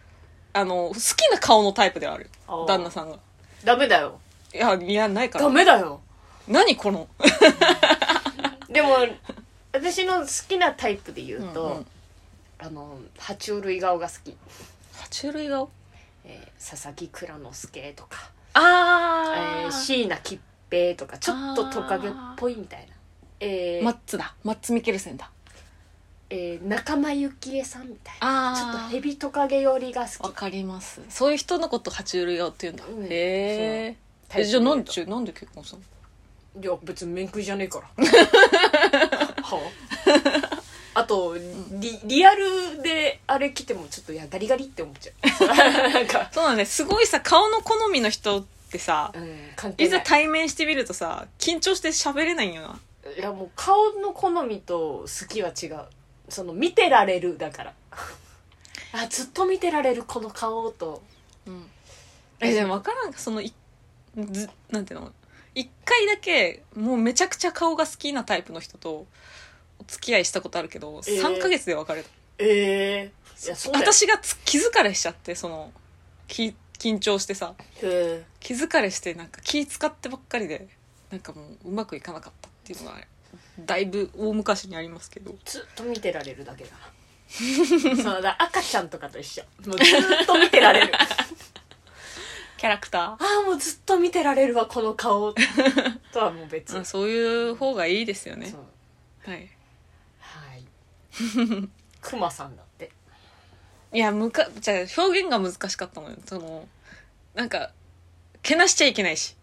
あの、好きな顔のタイプではある
あー。
旦那さんが。
ダメだよ
いや、いや、ないか
ダ
ら。
メだよ
何この。
でも私の好きなタイプで言うと、
うんうん
あの爬虫類顔が好き、
爬虫類顔
えー佐々木蔵之介とか、え
あ
ー、
ー、
椎名桔平とかちょっとトカゲっぽいみたいな、えー
マッツだ。マッツ・ミケルセンだ。
えー仲間由紀恵さんみたいな
あ
ちょっとヘ
ビ。
ビトカゲ寄りが好
わ
き
かります。そういう人のこと爬虫類顔って言うんだ。
うん
へ
そう
ー。え、じゃあなんで中、なんで結婚したの
いや別に面食いじゃねえ からはああとリリアルであれ来てもちょっといやガリガリって思っちゃう なんか、
そうだね。すごいさ、顔の好みの人ってさ
う、ん、関係
い
な
ざ
い
対面してみるとさ、緊張して喋れないんよな。
いやもう顔の好みと好きは違うその見てられるだからあずっと見てられるこの顔と
うん、えでも分からんそのいずなんていうの一回だけもうめちゃくちゃ顔が好きなタイプの人とお付き合いしたことあるけど、
えー
3ヶ月で別れた
ええいやそうだよ
私がつ気疲れしちゃってそのき緊張してさ
え
気疲れしてなんか気使ってばっかりでなんかもううまくいかなかったっていうのがだいぶ大昔にありますけど
ーずっと見てられるだけだな そうだ赤ちゃんとかと一緒もうずっと見てられる
キャラクタ
ああもうずっと見てられるわこの顔とはもう別
ー、うん、
そ
そういう方がいいですよ
う
ねはい
はいクマさんだ って
いや、むか、じゃあ表現が難しかったのよ。その、なんか、けなしちゃいけないし。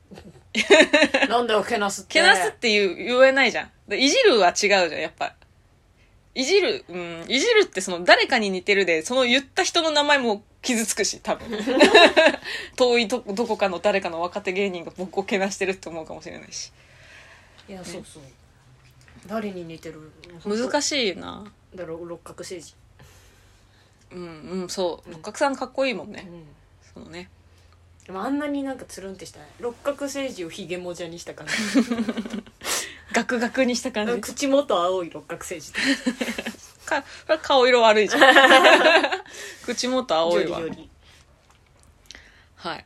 なんだよけなすって
けなすっていう、言えないじゃん。でいじるは違うじゃん、やっぱ。いじる、うん、いじるってその誰かに似てるで、その言った人の名前も傷つくし、多 分。遠いど、どこかの誰かの若手芸人が僕をけなしてるって思うかもしれないし。
いやそうそう誰に似てる
難しいな。
いだろう六角星人
うん、うん、そう。
うん
六角さんかっこいいもんね。
うん
そのね。
でもあんなになんかつるんってしたね六角星人をひげもじゃにした感じ
ガクガクにした感じ。
口元青い六角星人
か、これ顔色悪いじ ゃん。口元青いわ。
よりより
はい。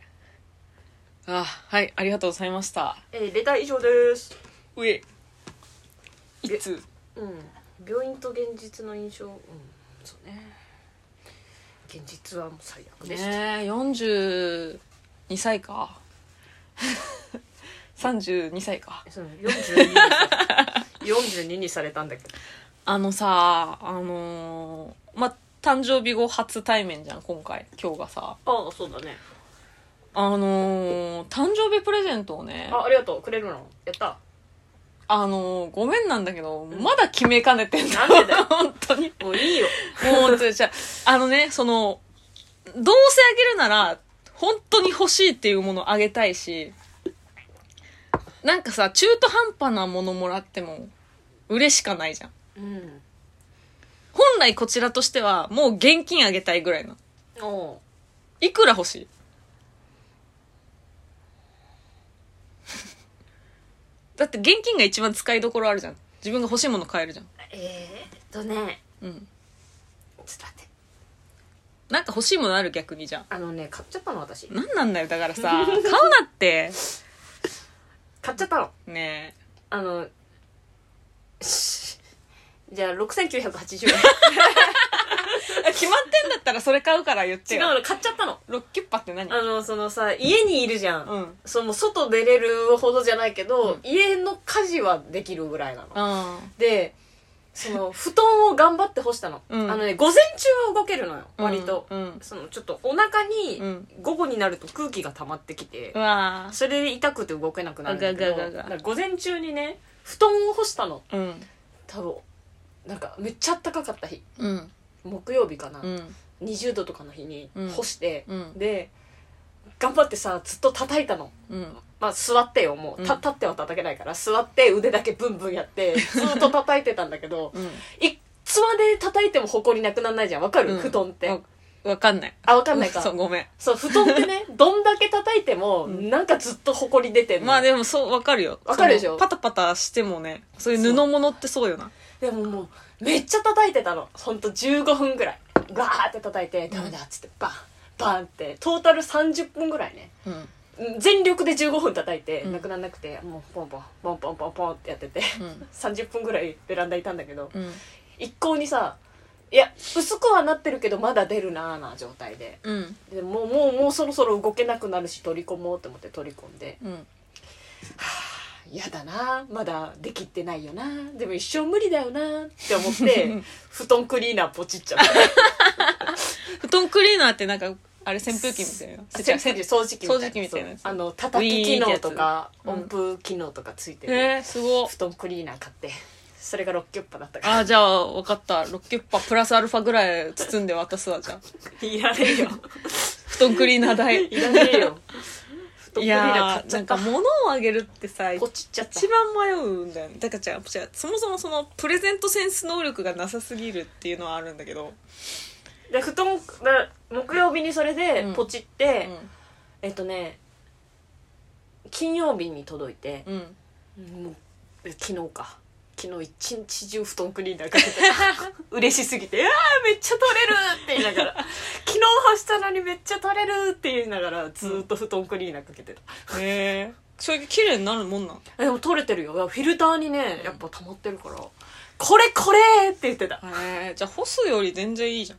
あ、はい、ありがとうございました。
えー、レター以上です
うえ。いつ
うん病院と現実の印象うんそうね現実はもう最悪でした、
ねえ、42歳 か。32歳か。
そう42に42にされたんだけど
あのさ、あのーま、誕生日後初対面じゃん、今回。今日がさ。
ああそうだね
あのー誕生日プレゼントをね、
あありがとうくれるのやった
あのーごめんなんだけど、まだ決めかねてん
なんでだよ
本当に。
もういいよ
もう、じゃあ、あのね、その、どうせあげるなら、本当に欲しいっていうものをあげたいし、なんかさ、中途半端なものもらっても、嬉しかないじゃん。
うん
本来こちらとしては、もう現金あげたいぐらいな。
おう
いくら欲しい だって現金が一番使いどころあるじゃん。自分が欲しいもの買えるじゃん。
えー、っとね
うん。
ちょっと待って
なんか欲しいものある逆にじゃん。
あのね買っちゃったの私
なんなんだよ、だからさ、買うなって。
買っちゃったの
ねえ
あの、 しじゃあ6980円。
決まってんだったらそれ買うから言っ て
違
よ
うの、買っちゃったの。
ロッキュッパって何
あの、そのさ、家にいるじゃん。
うんうん
その外出れるほどじゃないけど、
うん
家の家事はできるぐらいなの。
あ
で、その、布団を頑張って干したの。
うん
あのね、午前中は動けるのよ、割と。
うん
その、ちょっとお腹に、
うん
午後になると空気が溜まってきて、
うわ
それで痛くて動けなくなるんだけど、
ガガガガ
だから午前中にね、布団を干したの。
うん
多分、なんか、めっちゃ暖かかった日。
うん
木曜日かな、
うん
20度とかの日に
うん
干して、
うん
で頑張ってさずっと叩いたの、
うん
まあ、座ってよもう、た
うん
立っては叩けないから座って腕だけブンブンやってずっと叩いてたんだけど
うん
いっつまで叩いても埃なくならないじゃんわかる、
うん
布団って、
わわかんない。
あ、わかんないか。
そう、ごめん。
そう、布団って ね、どんだけ叩いても、なんかずっと埃出てんの。
まあでもそう、わかるよ。
わかるでしょ
そのパタパタしてもね、そういう布物ってそうよな。
でももう、めっちゃ叩いてたの。ほんと15分ぐらい。ガーって叩いて、ダメだっつって、バン、バンって、トータル30分ぐらいね。
うん。
うん全力で15分叩いて、
うん
なくならなくて、もうポンポン、ポンポンポンポンってやってて、
うん。
30分ぐらいベランダいたんだけど、
うん。
一向にさ、いや、薄くはなってるけど、まだ出るなーな状態で。
うん。
でもう、もう、もうそろそろ動けなくなるし、取り込もうと思って取り込んで、
うん。
やだなまだできてないよなでも一生無理だよなって思って 布団クリーナーポチっちゃった
布団クリーナーってなんか、あれ扇風機みたいな。
洗濯機掃除機みたいな
掃除機みたいなやつ
そうあの叩き機能とか
ウィーンってやつ
音符機能とかついてる、
えー、すごっ。
布団クリーナー買ってそれが6キュッパだったか
あ、じゃあ、わかった。ロッキュッパプラスアルファぐらい包んで渡すわ、じゃあ。
らいらねえよ
布団クリーナー代。
いらねえよ布団ク
い
リーナー
や
買っ
ー、
ちゃ
なん
っ
か
た
物をあげるってさ、
ポチっちゃった
一番迷うんだよねだから違う違うそもそもそのプレゼントセンス能力がなさすぎるっていうのはあるんだけど、
で布団だ木曜日にそれで
うん
ポチって、
う
えっとね金曜日に届いて、
んうん、
もうえ昨日か昨日一日中布団クリーナー かけて嬉しすぎて「あーめっちゃ取れる!」って言いながら 「昨日干したのにめっちゃ取れる!」って言いながらずーっと布団クリーナーかけてた、
へえそれ綺麗になるもんなん
えでも取れてるよフィルターにねやっぱ溜まってるから「これこれ!」って言ってた
へえじゃあ干すより全然いいじゃ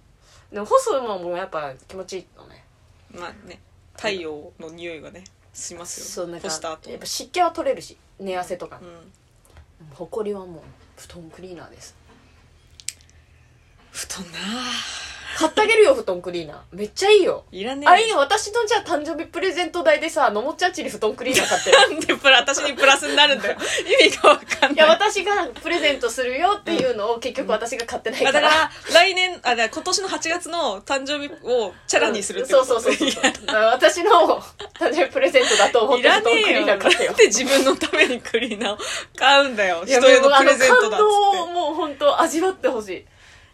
でも干すのもやっぱ気持ちいいのね
んまあね太陽の匂いがねします
そ
よ
うなんか
干した
や
後
っぱ湿気は取れるし寝汗とか
う、ん
ほこりはもう布団クリーナーです
布団な
買ってあげるよ布団クリーナーめっちゃいいよ
いらねえ
あいいよ私のじゃあ誕生日プレゼント代でさのもちゃんちに布団クリーナー買って よ
なんでプラ私にプラスになるんだ よ意味がわかん
い
ない
や私がプレゼントするよっていうのを結局私が買ってない
あ
か、
だからら来年あだから今年の8月の誕生日をチャラにするってこ
そう
と
そうそうそうだから私の誕生日プレゼントだと思っ
い
て
ら
布団
ね
ク
え
リー
よ。
ナ
な
ー買って
ん
よ
で自分のためにクリーナーを買うんだよ。
い
人
や
へ
も
の
うあ
プ
の
レゼントだっ
感動を
つっ
もう本当味わってほしい
て。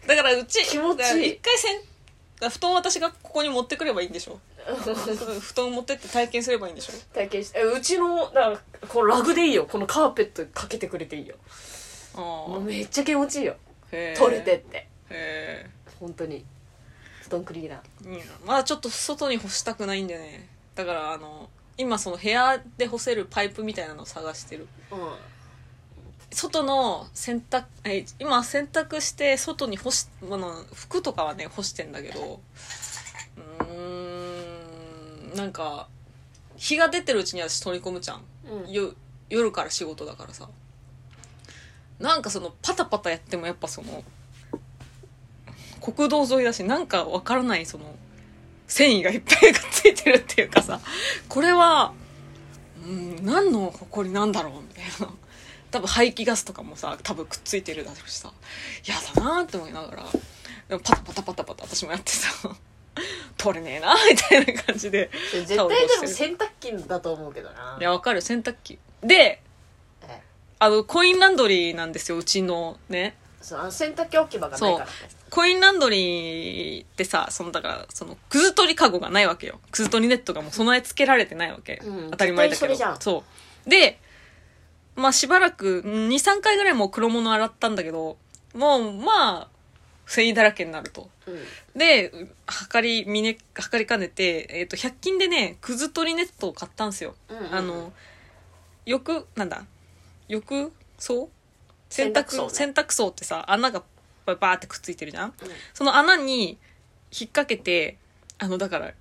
だからうち、
気持ちいい
だから一回せん、だから布団を私がここに持ってくればいいんで しょ布団を持ってって体験すればいいんでしょ
体験してえうちのだからこのラグでいいよこのカーペットかけてくれていいよもう
あ
めっちゃ気持ちいいよ
あ
取れて。って
へ
本当に布団クリーナー
え。うんまだちょっと外に干したくないんでね。だからあの、今その部屋で干せるパイプみたいなのを探してる。
うん
外の洗濯え今洗濯して外に干しあの服とかはね干してんだけどうーんなんか日が出てるうちに私取り込むじゃん
うん
よ夜から仕事だからさなんかそのパタパタやってもやっぱその国道沿いだしなんかわからないその繊維がいっぱいがついてるっていうかさこれはうん何の埃なんだろうみたいな多分排気ガスとかもさ多分くっついてるだろうしさ嫌だなーって思いながらでもパタパタパタパタ私もやってさ 取れねえなみたいな感じで
絶対でも洗濯機だと思うけどない
やわかる洗濯機で
え
あの、コインランドリーなんですよ、うちのね。
そうあの洗濯機置き場がないからね
コインランドリーってさ、その、だから、その、くず取りかごがないわけよ。くず取りネットがもう備え付けられてないわけ。
うん
当たり前だけ
絶対そ
ど。
れじゃん
そう。で、まあしばらく、2、3回ぐらいもう黒物洗ったんだけど、もう、まあ、繊維だらけになると。
うん
で、測り、見ね、測りかねて、えっ、と、100均でね、くず取りネットを買ったんですよ。
うんうんうん
あの、浴、なんだ、浴槽
洗
洗濯
濯槽
槽、
ね
洗濯槽ってさ、穴がバーってくっついてるじゃん、その穴に引っ掛けて、あの、だから、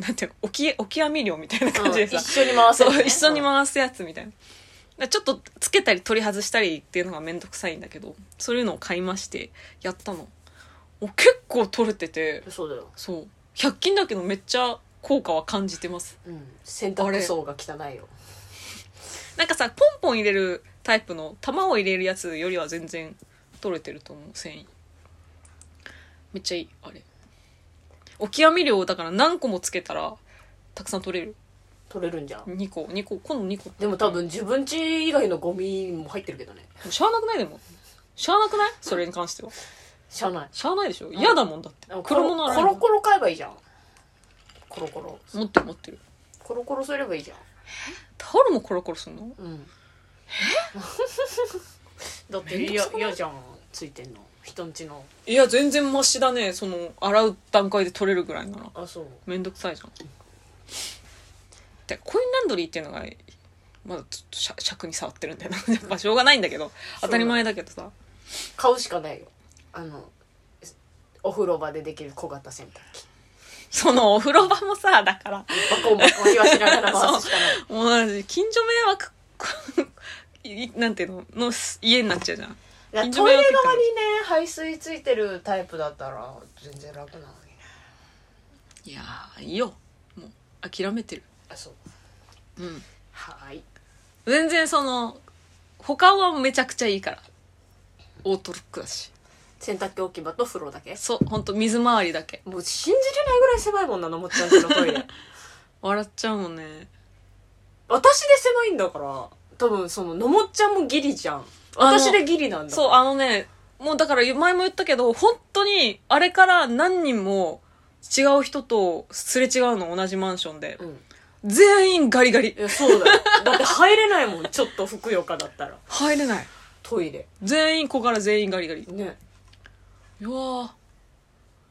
なんていうの、置き、置き網漁みたいな感じでさ、
一緒に回せるね、
そう一緒に回すやつみたいな。だからちょっとつけたり取り外したりっていうのがめんどくさいんだけど、そういうのを買いまして、やったの。お結構取れてて
う、んそうだよ、
そう。100均だけどめっちゃ効果は感じてます。
うん、洗濯槽が汚いよ
なんかさ、ポンポン入れるタイプの、玉を入れるやつよりは全然取れてると思う、繊維。めっちゃいい、あれ。オキアミ量だから何個もつけたら、たくさん取れる。
取れるんじゃん
2個、2個、今度2個。
でも多分自分家以外のゴミも入ってるけどね
しゃあなくないでも。しゃあなくないそれに関しては。
しゃあない
しゃあないでしょ嫌だもんだって
コロ
黒物洗
コ
い物
ロコロ買えばいいじゃんコロコロ
持ってる持ってる
コロコロすればいいじゃん
タオルもコロコロすんの
うんえ だって
めんどく
嫌
さくない
嫌じゃんついてんの人んちの
いや全然マシだねその洗う段階で取れるぐらいなら
あそう
めんどくさいじゃんでコインランドリーっていうのがまだちょっとしゃ尺に触ってるんだよな やっぱしょうがないんだけど当たり前だけどさ
買うしかないよあのお風呂場でできる小型洗濯機
そのお風呂場もさだから
バコンバコン言わしながら回すしかない
もう私近所迷惑 こいなんていうののす家になっちゃうじゃん
いや
近所
トイ
迷
レ
惑
側にね排水ついてるタイプだったら全然楽なのにね
いやーいいよもう諦めてる
あそう
うん
はーい
全然その他はめちゃくちゃいいからオートロックだし
洗濯機置き場と風呂だけ
そう本当水回りだけ
もう信じれないぐらい狭いもんなのもっちゃんちのト イレ
笑っちゃうもんね
私で狭いんだから多分そののもっちゃんもギリじゃん
あの
私でギリなんだ
そうあのねもうだから前も言ったけど本当にあれから何人も違う人とすれ違うの同じマンションで
うん
全員ガリガリ
いやそうだよだって入れないもんちょっとふくよかだったら
入れない
トイレ
全員小柄全員ガリガリ
ね
いやー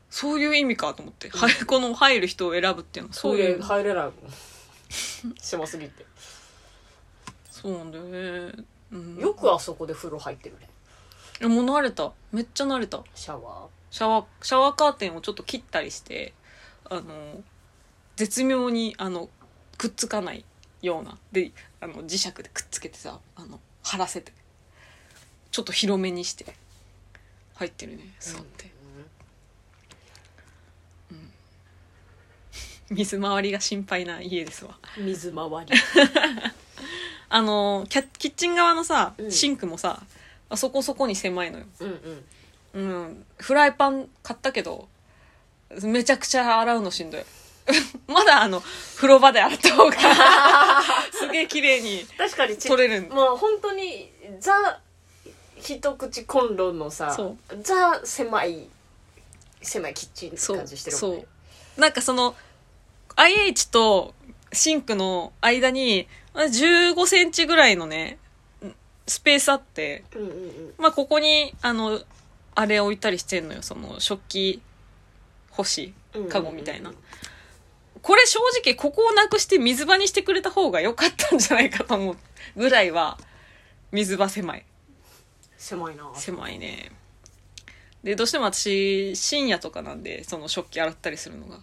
そういう意味かと思って、はいこの入る人を選ぶっていうのはそ
ト
う
イ
い
レ
う
入れないもん狭すぎて
そうなんだよね、うん、
よくあそこで風呂入ってるね
いやもう慣れためっちゃ慣れた
シャワ
シャワーシャワーカーテンをちょっと切ったりしてあの絶妙にあのくっつかないようなであの磁石でくっつけてさあの張らせてちょっと広めにして入ってるね
ー
座って、 水回りが心配な家ですわ
うん水回り
あのキャキッチン側のさ
うん
シンクもさ、あそこそこに狭いのよ
うんうん
うん、フライパン買ったけど、めちゃくちゃ洗うのしんどい。 まだあの、風呂場で洗った方 が、すげえ綺麗に
確かにち
取れるん
もう本当にザ一口コンロのさ
そ
ザ狭い狭いキッチンって感じしてるもんね
そう。なんかその、IH とシンクの間に、まあ15センチぐらいのね、スペースあって、
うんうんうん
まあ、ここに、あの、あれ置いたりしてんのよ。その、食器、干し
うんうんうん、
カゴみたいな。これ正直、ここをなくして水場にしてくれた方が良かったんじゃないかと思うぐらいは、水場狭い。
狭いな
狭いね。で、どうしても私、深夜とかなんで、その食器洗ったりするのが。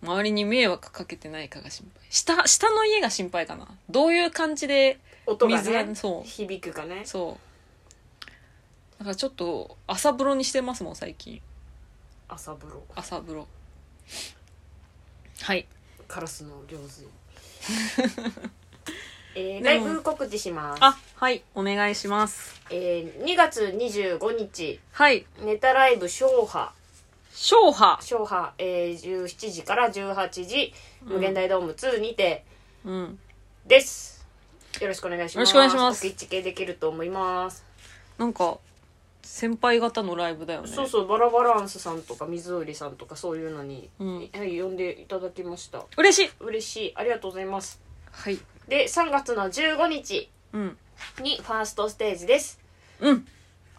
周りに迷惑かけてないかが心配。下、下の家が心配かな。どういう感じで、
音が
水が
ね
そう
響くかね
そう。だからちょっと、朝風呂にしてますもん、最近。
朝風呂
朝風呂はい
カラスの両 髄えー、ラ
で
イ
も
ブ告知します、
あはいお願いします
えー、2月25日
はい
ネタライブ小波
勝破
小波、えー、17時から18時無限大ドーム2にて
うん
です、よろしくお願いします
よろしくお願いします
告知系できると思います、
なんか先輩方のライブだよね
そうそうバラバランスさんとか水織さんとかそういうのに、
うん
はい、呼んでいただきました
嬉しい
嬉しいありがとうございます
はい
で3月の15日
うん
にファーストステージです
うん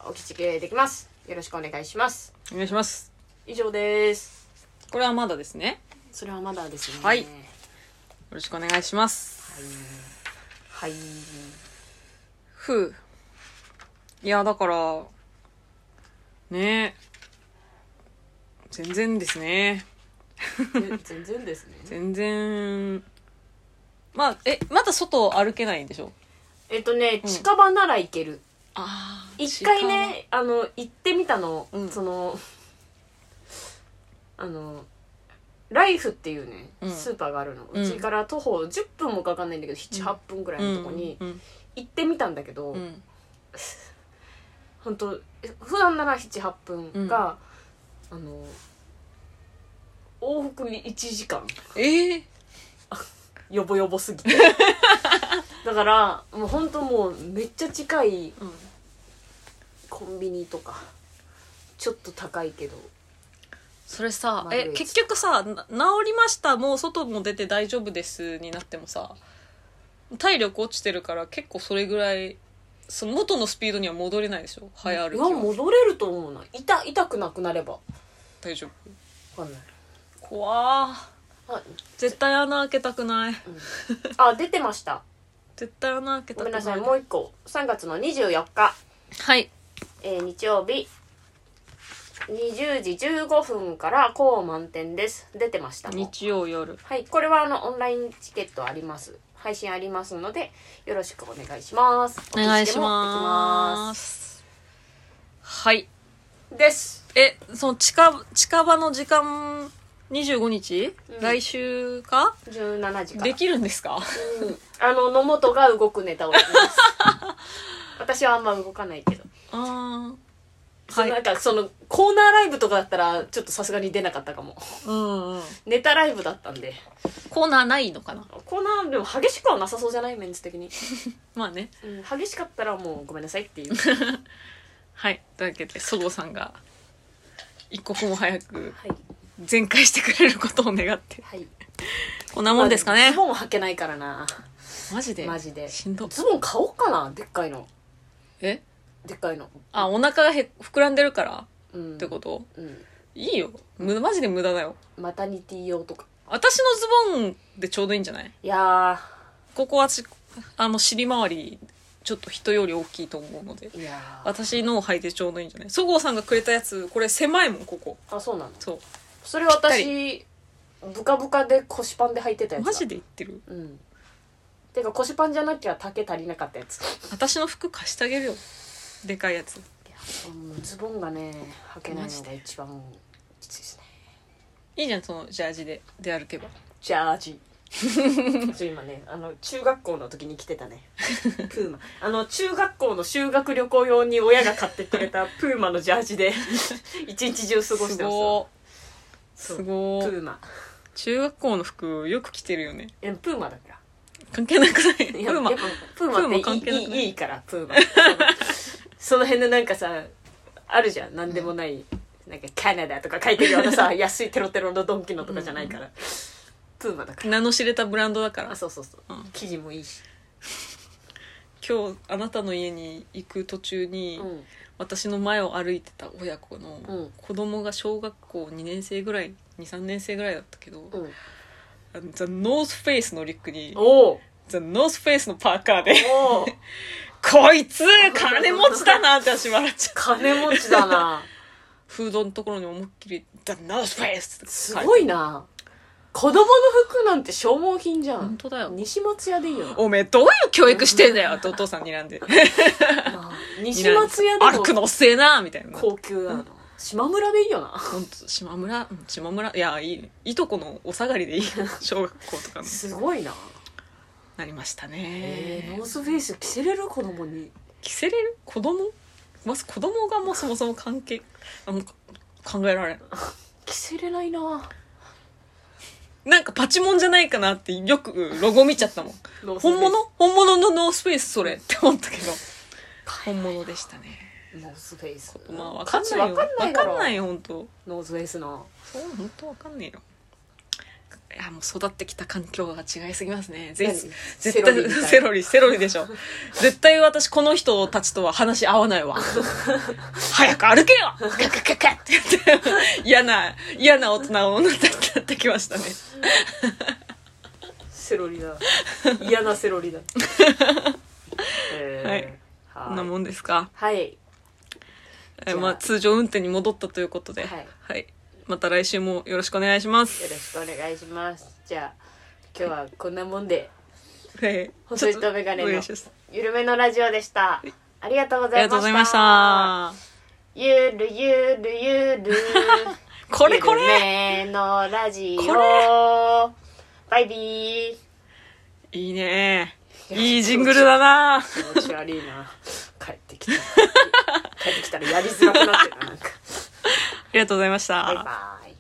お聞きできますよろしくお願いします
お願いします
以上です
これはまだですね
それはまだですね
はいよろしくお願いします
はい
ふういやだからねえ全然ですね
全然ですね
全然まあえまだ外歩けないんでしょ
えっとね近場なら行ける、
ああ
一回ねあの行ってみたの、
うん
そのあのライフっていうね、
うん
スーパーがあるの
うん
うちから徒歩10分もかかんないんだけど78分ぐらいのとこに
うん
行ってみたんだけど、
うんうん
本当普段なら78分が、あの往復に1時間
ええ
よぼよぼすぎ てだからもう本当もうめっちゃ近い
うん
コンビニとかちょっと高いけど
それさ
丸い
え
やつ
結局さな治りましたもう外も出て大丈夫ですになってもさ体力落ちてるから結構それぐらいその元のスピードには戻れないでしょ早歩
い
き
や
は
戻れると思うな痛痛くなくなれば
大丈夫
分かんない
怖ー
あ,、
絶対穴開けたくない
うん、あ出てました
絶対穴開けた
ごめん
くな
ないさいもう一個3月の24日、
はい
えー日曜日20時15分から高満点です出てましたもう
日曜夜
はいこれはあのオンラインチケットあります配信ありますのでよろしくお願いします
お願いし
お
ま
聞き
すはい
でもできますです
えその近近場の時間25日、
うん
来週か
17時から
できるんですか
うんあの野本が動くネタをやり ます私はあんま動かないけど、
あ
その
はい
なんかそのコーナーライブとかだったらちょっとさすがに出なかったかも
あうん、うん、
ネタライブだったんで
コーナーないのかな
コーナーでも激しくはなさそうじゃないメンツ的に、
まあね
うん、激しかったらもうごめんなさいっていう
はいというわけでそごうさんが一刻も早く
はい
全開してくれることを願って
はい
こんなもんですかね
ズボンは履けないからな
マジで
マジで
しんど
ズボン買おうかなでっかいの
え
でっかいの
あお腹がへ膨らんでるから
うん
ってこと、
うん
いいよ無マジで無駄だよ
マタニティ用とか
私のズボンでちょうどいいんじゃない
いや
ここは私あの尻周りちょっと人より大きいと思うので
ーいやー
私のを履いてちょうどいいんじゃないそごうさんがくれたやつこれ狭いもんここ
あそうなの
そ
それ私ブカブカで腰パンで履いてた
う
やつ
マ
だ
ジで言ってる
うんてか腰パンじゃなきゃ丈足りなかったやつ
私の服貸してあげるよでかいやつ
うんズボンがね履けないのが一番きついですね
いいじゃんそのジャージでで歩けば
ジャー ジそう今ねあの中学校の時に着てたねプーマあの中学校の修学旅行用に親が買ってくれたプーマのジャージで一日中過ごしてますわそ
す
う
ごーす
プ
ごー
ーマ
中学校の服よく着てるよね
えプーマだから
関係なくないプ
いや
ーマ
やっぱプーマ
プーマ関
って
係
い
ない
い
くない
いいからプーマ その辺のなんかさあるじゃんなんでもない、なんかカナダとか書いてるようなさ 安いテロテロのドンキのとかじゃないから、プーマだから
名の知れたブランドだから
あそうそうそう、
うん
生地もいいし、
今日あなたの家に行く途中に、
うん、
私の前を歩いてた親子
う
の
ん
子供が小学校2年生ぐらい23年生ぐらいだったけど、
うん、
あのザ・ノースフェイスのリュックに
おお
ザ・ノースフェイスのパーカーで
おお
こいつ金持ちだなって私笑っちゃう
金持ちだな
フードのところに思いっきり「ザ・ノースフェイス」って
す
書てある
ごいな子供の服なんて消耗品じゃん
本当だよ
西松屋でいいよな
おめえどういう教育してんだよってお父さん睨んで
あ西松屋で
歩
も
くの遅えなみたいな
高級なの島村でいいよな
本当島村うん島村いやいいいとこのお下がりでいい小学校とかの
すごいな
なりました
えー
ね
ノースフェイス着せれる子供に
着せれる子供まず子供がもうそもそも関係あもうか考えられない
着せれないな
なんかパチモンじゃないかなってよくロゴ見ちゃったもん本物本物のノースフェイスそれって思ったけど本物でしたね
ノースフェイス
まあわかんない
価
よ
値
わ
わか
か
ん
ん
な
ないい
よ
よ本当
ノースフェイスの
そう本当わかんねえよいやもう育ってきた環境が違いすぎますねぜ絶対セ
ロ
ロリセロリでしょ絶対私この人たちとは話合わない わ早く歩けよカカカカって言って嫌な嫌な大人をなってきましたね
セロリだ嫌なセロ リだえー
こんな
は
もんですか、
いはい
え
じゃあ
まあ、通常運転に戻ったということで、
はい
また来週もよろしくお願いし
よ
ま
ろ
す、
しくお願いしますじゃあ今日はこんなもんで
えー
細いとメガネの
お願いします
ゆるめのラジオでしたありがとうご
あ
ざ
り
いました
がとうございました
ゆるゆるゆる
これこ
ゆ
れ
るめのラジ
こ
オバイビー
いいねいいジングルだな
気持ち悪いな帰ってきた帰ってきたらやりづらくなってるななんか
ありがとうございました
バイバイ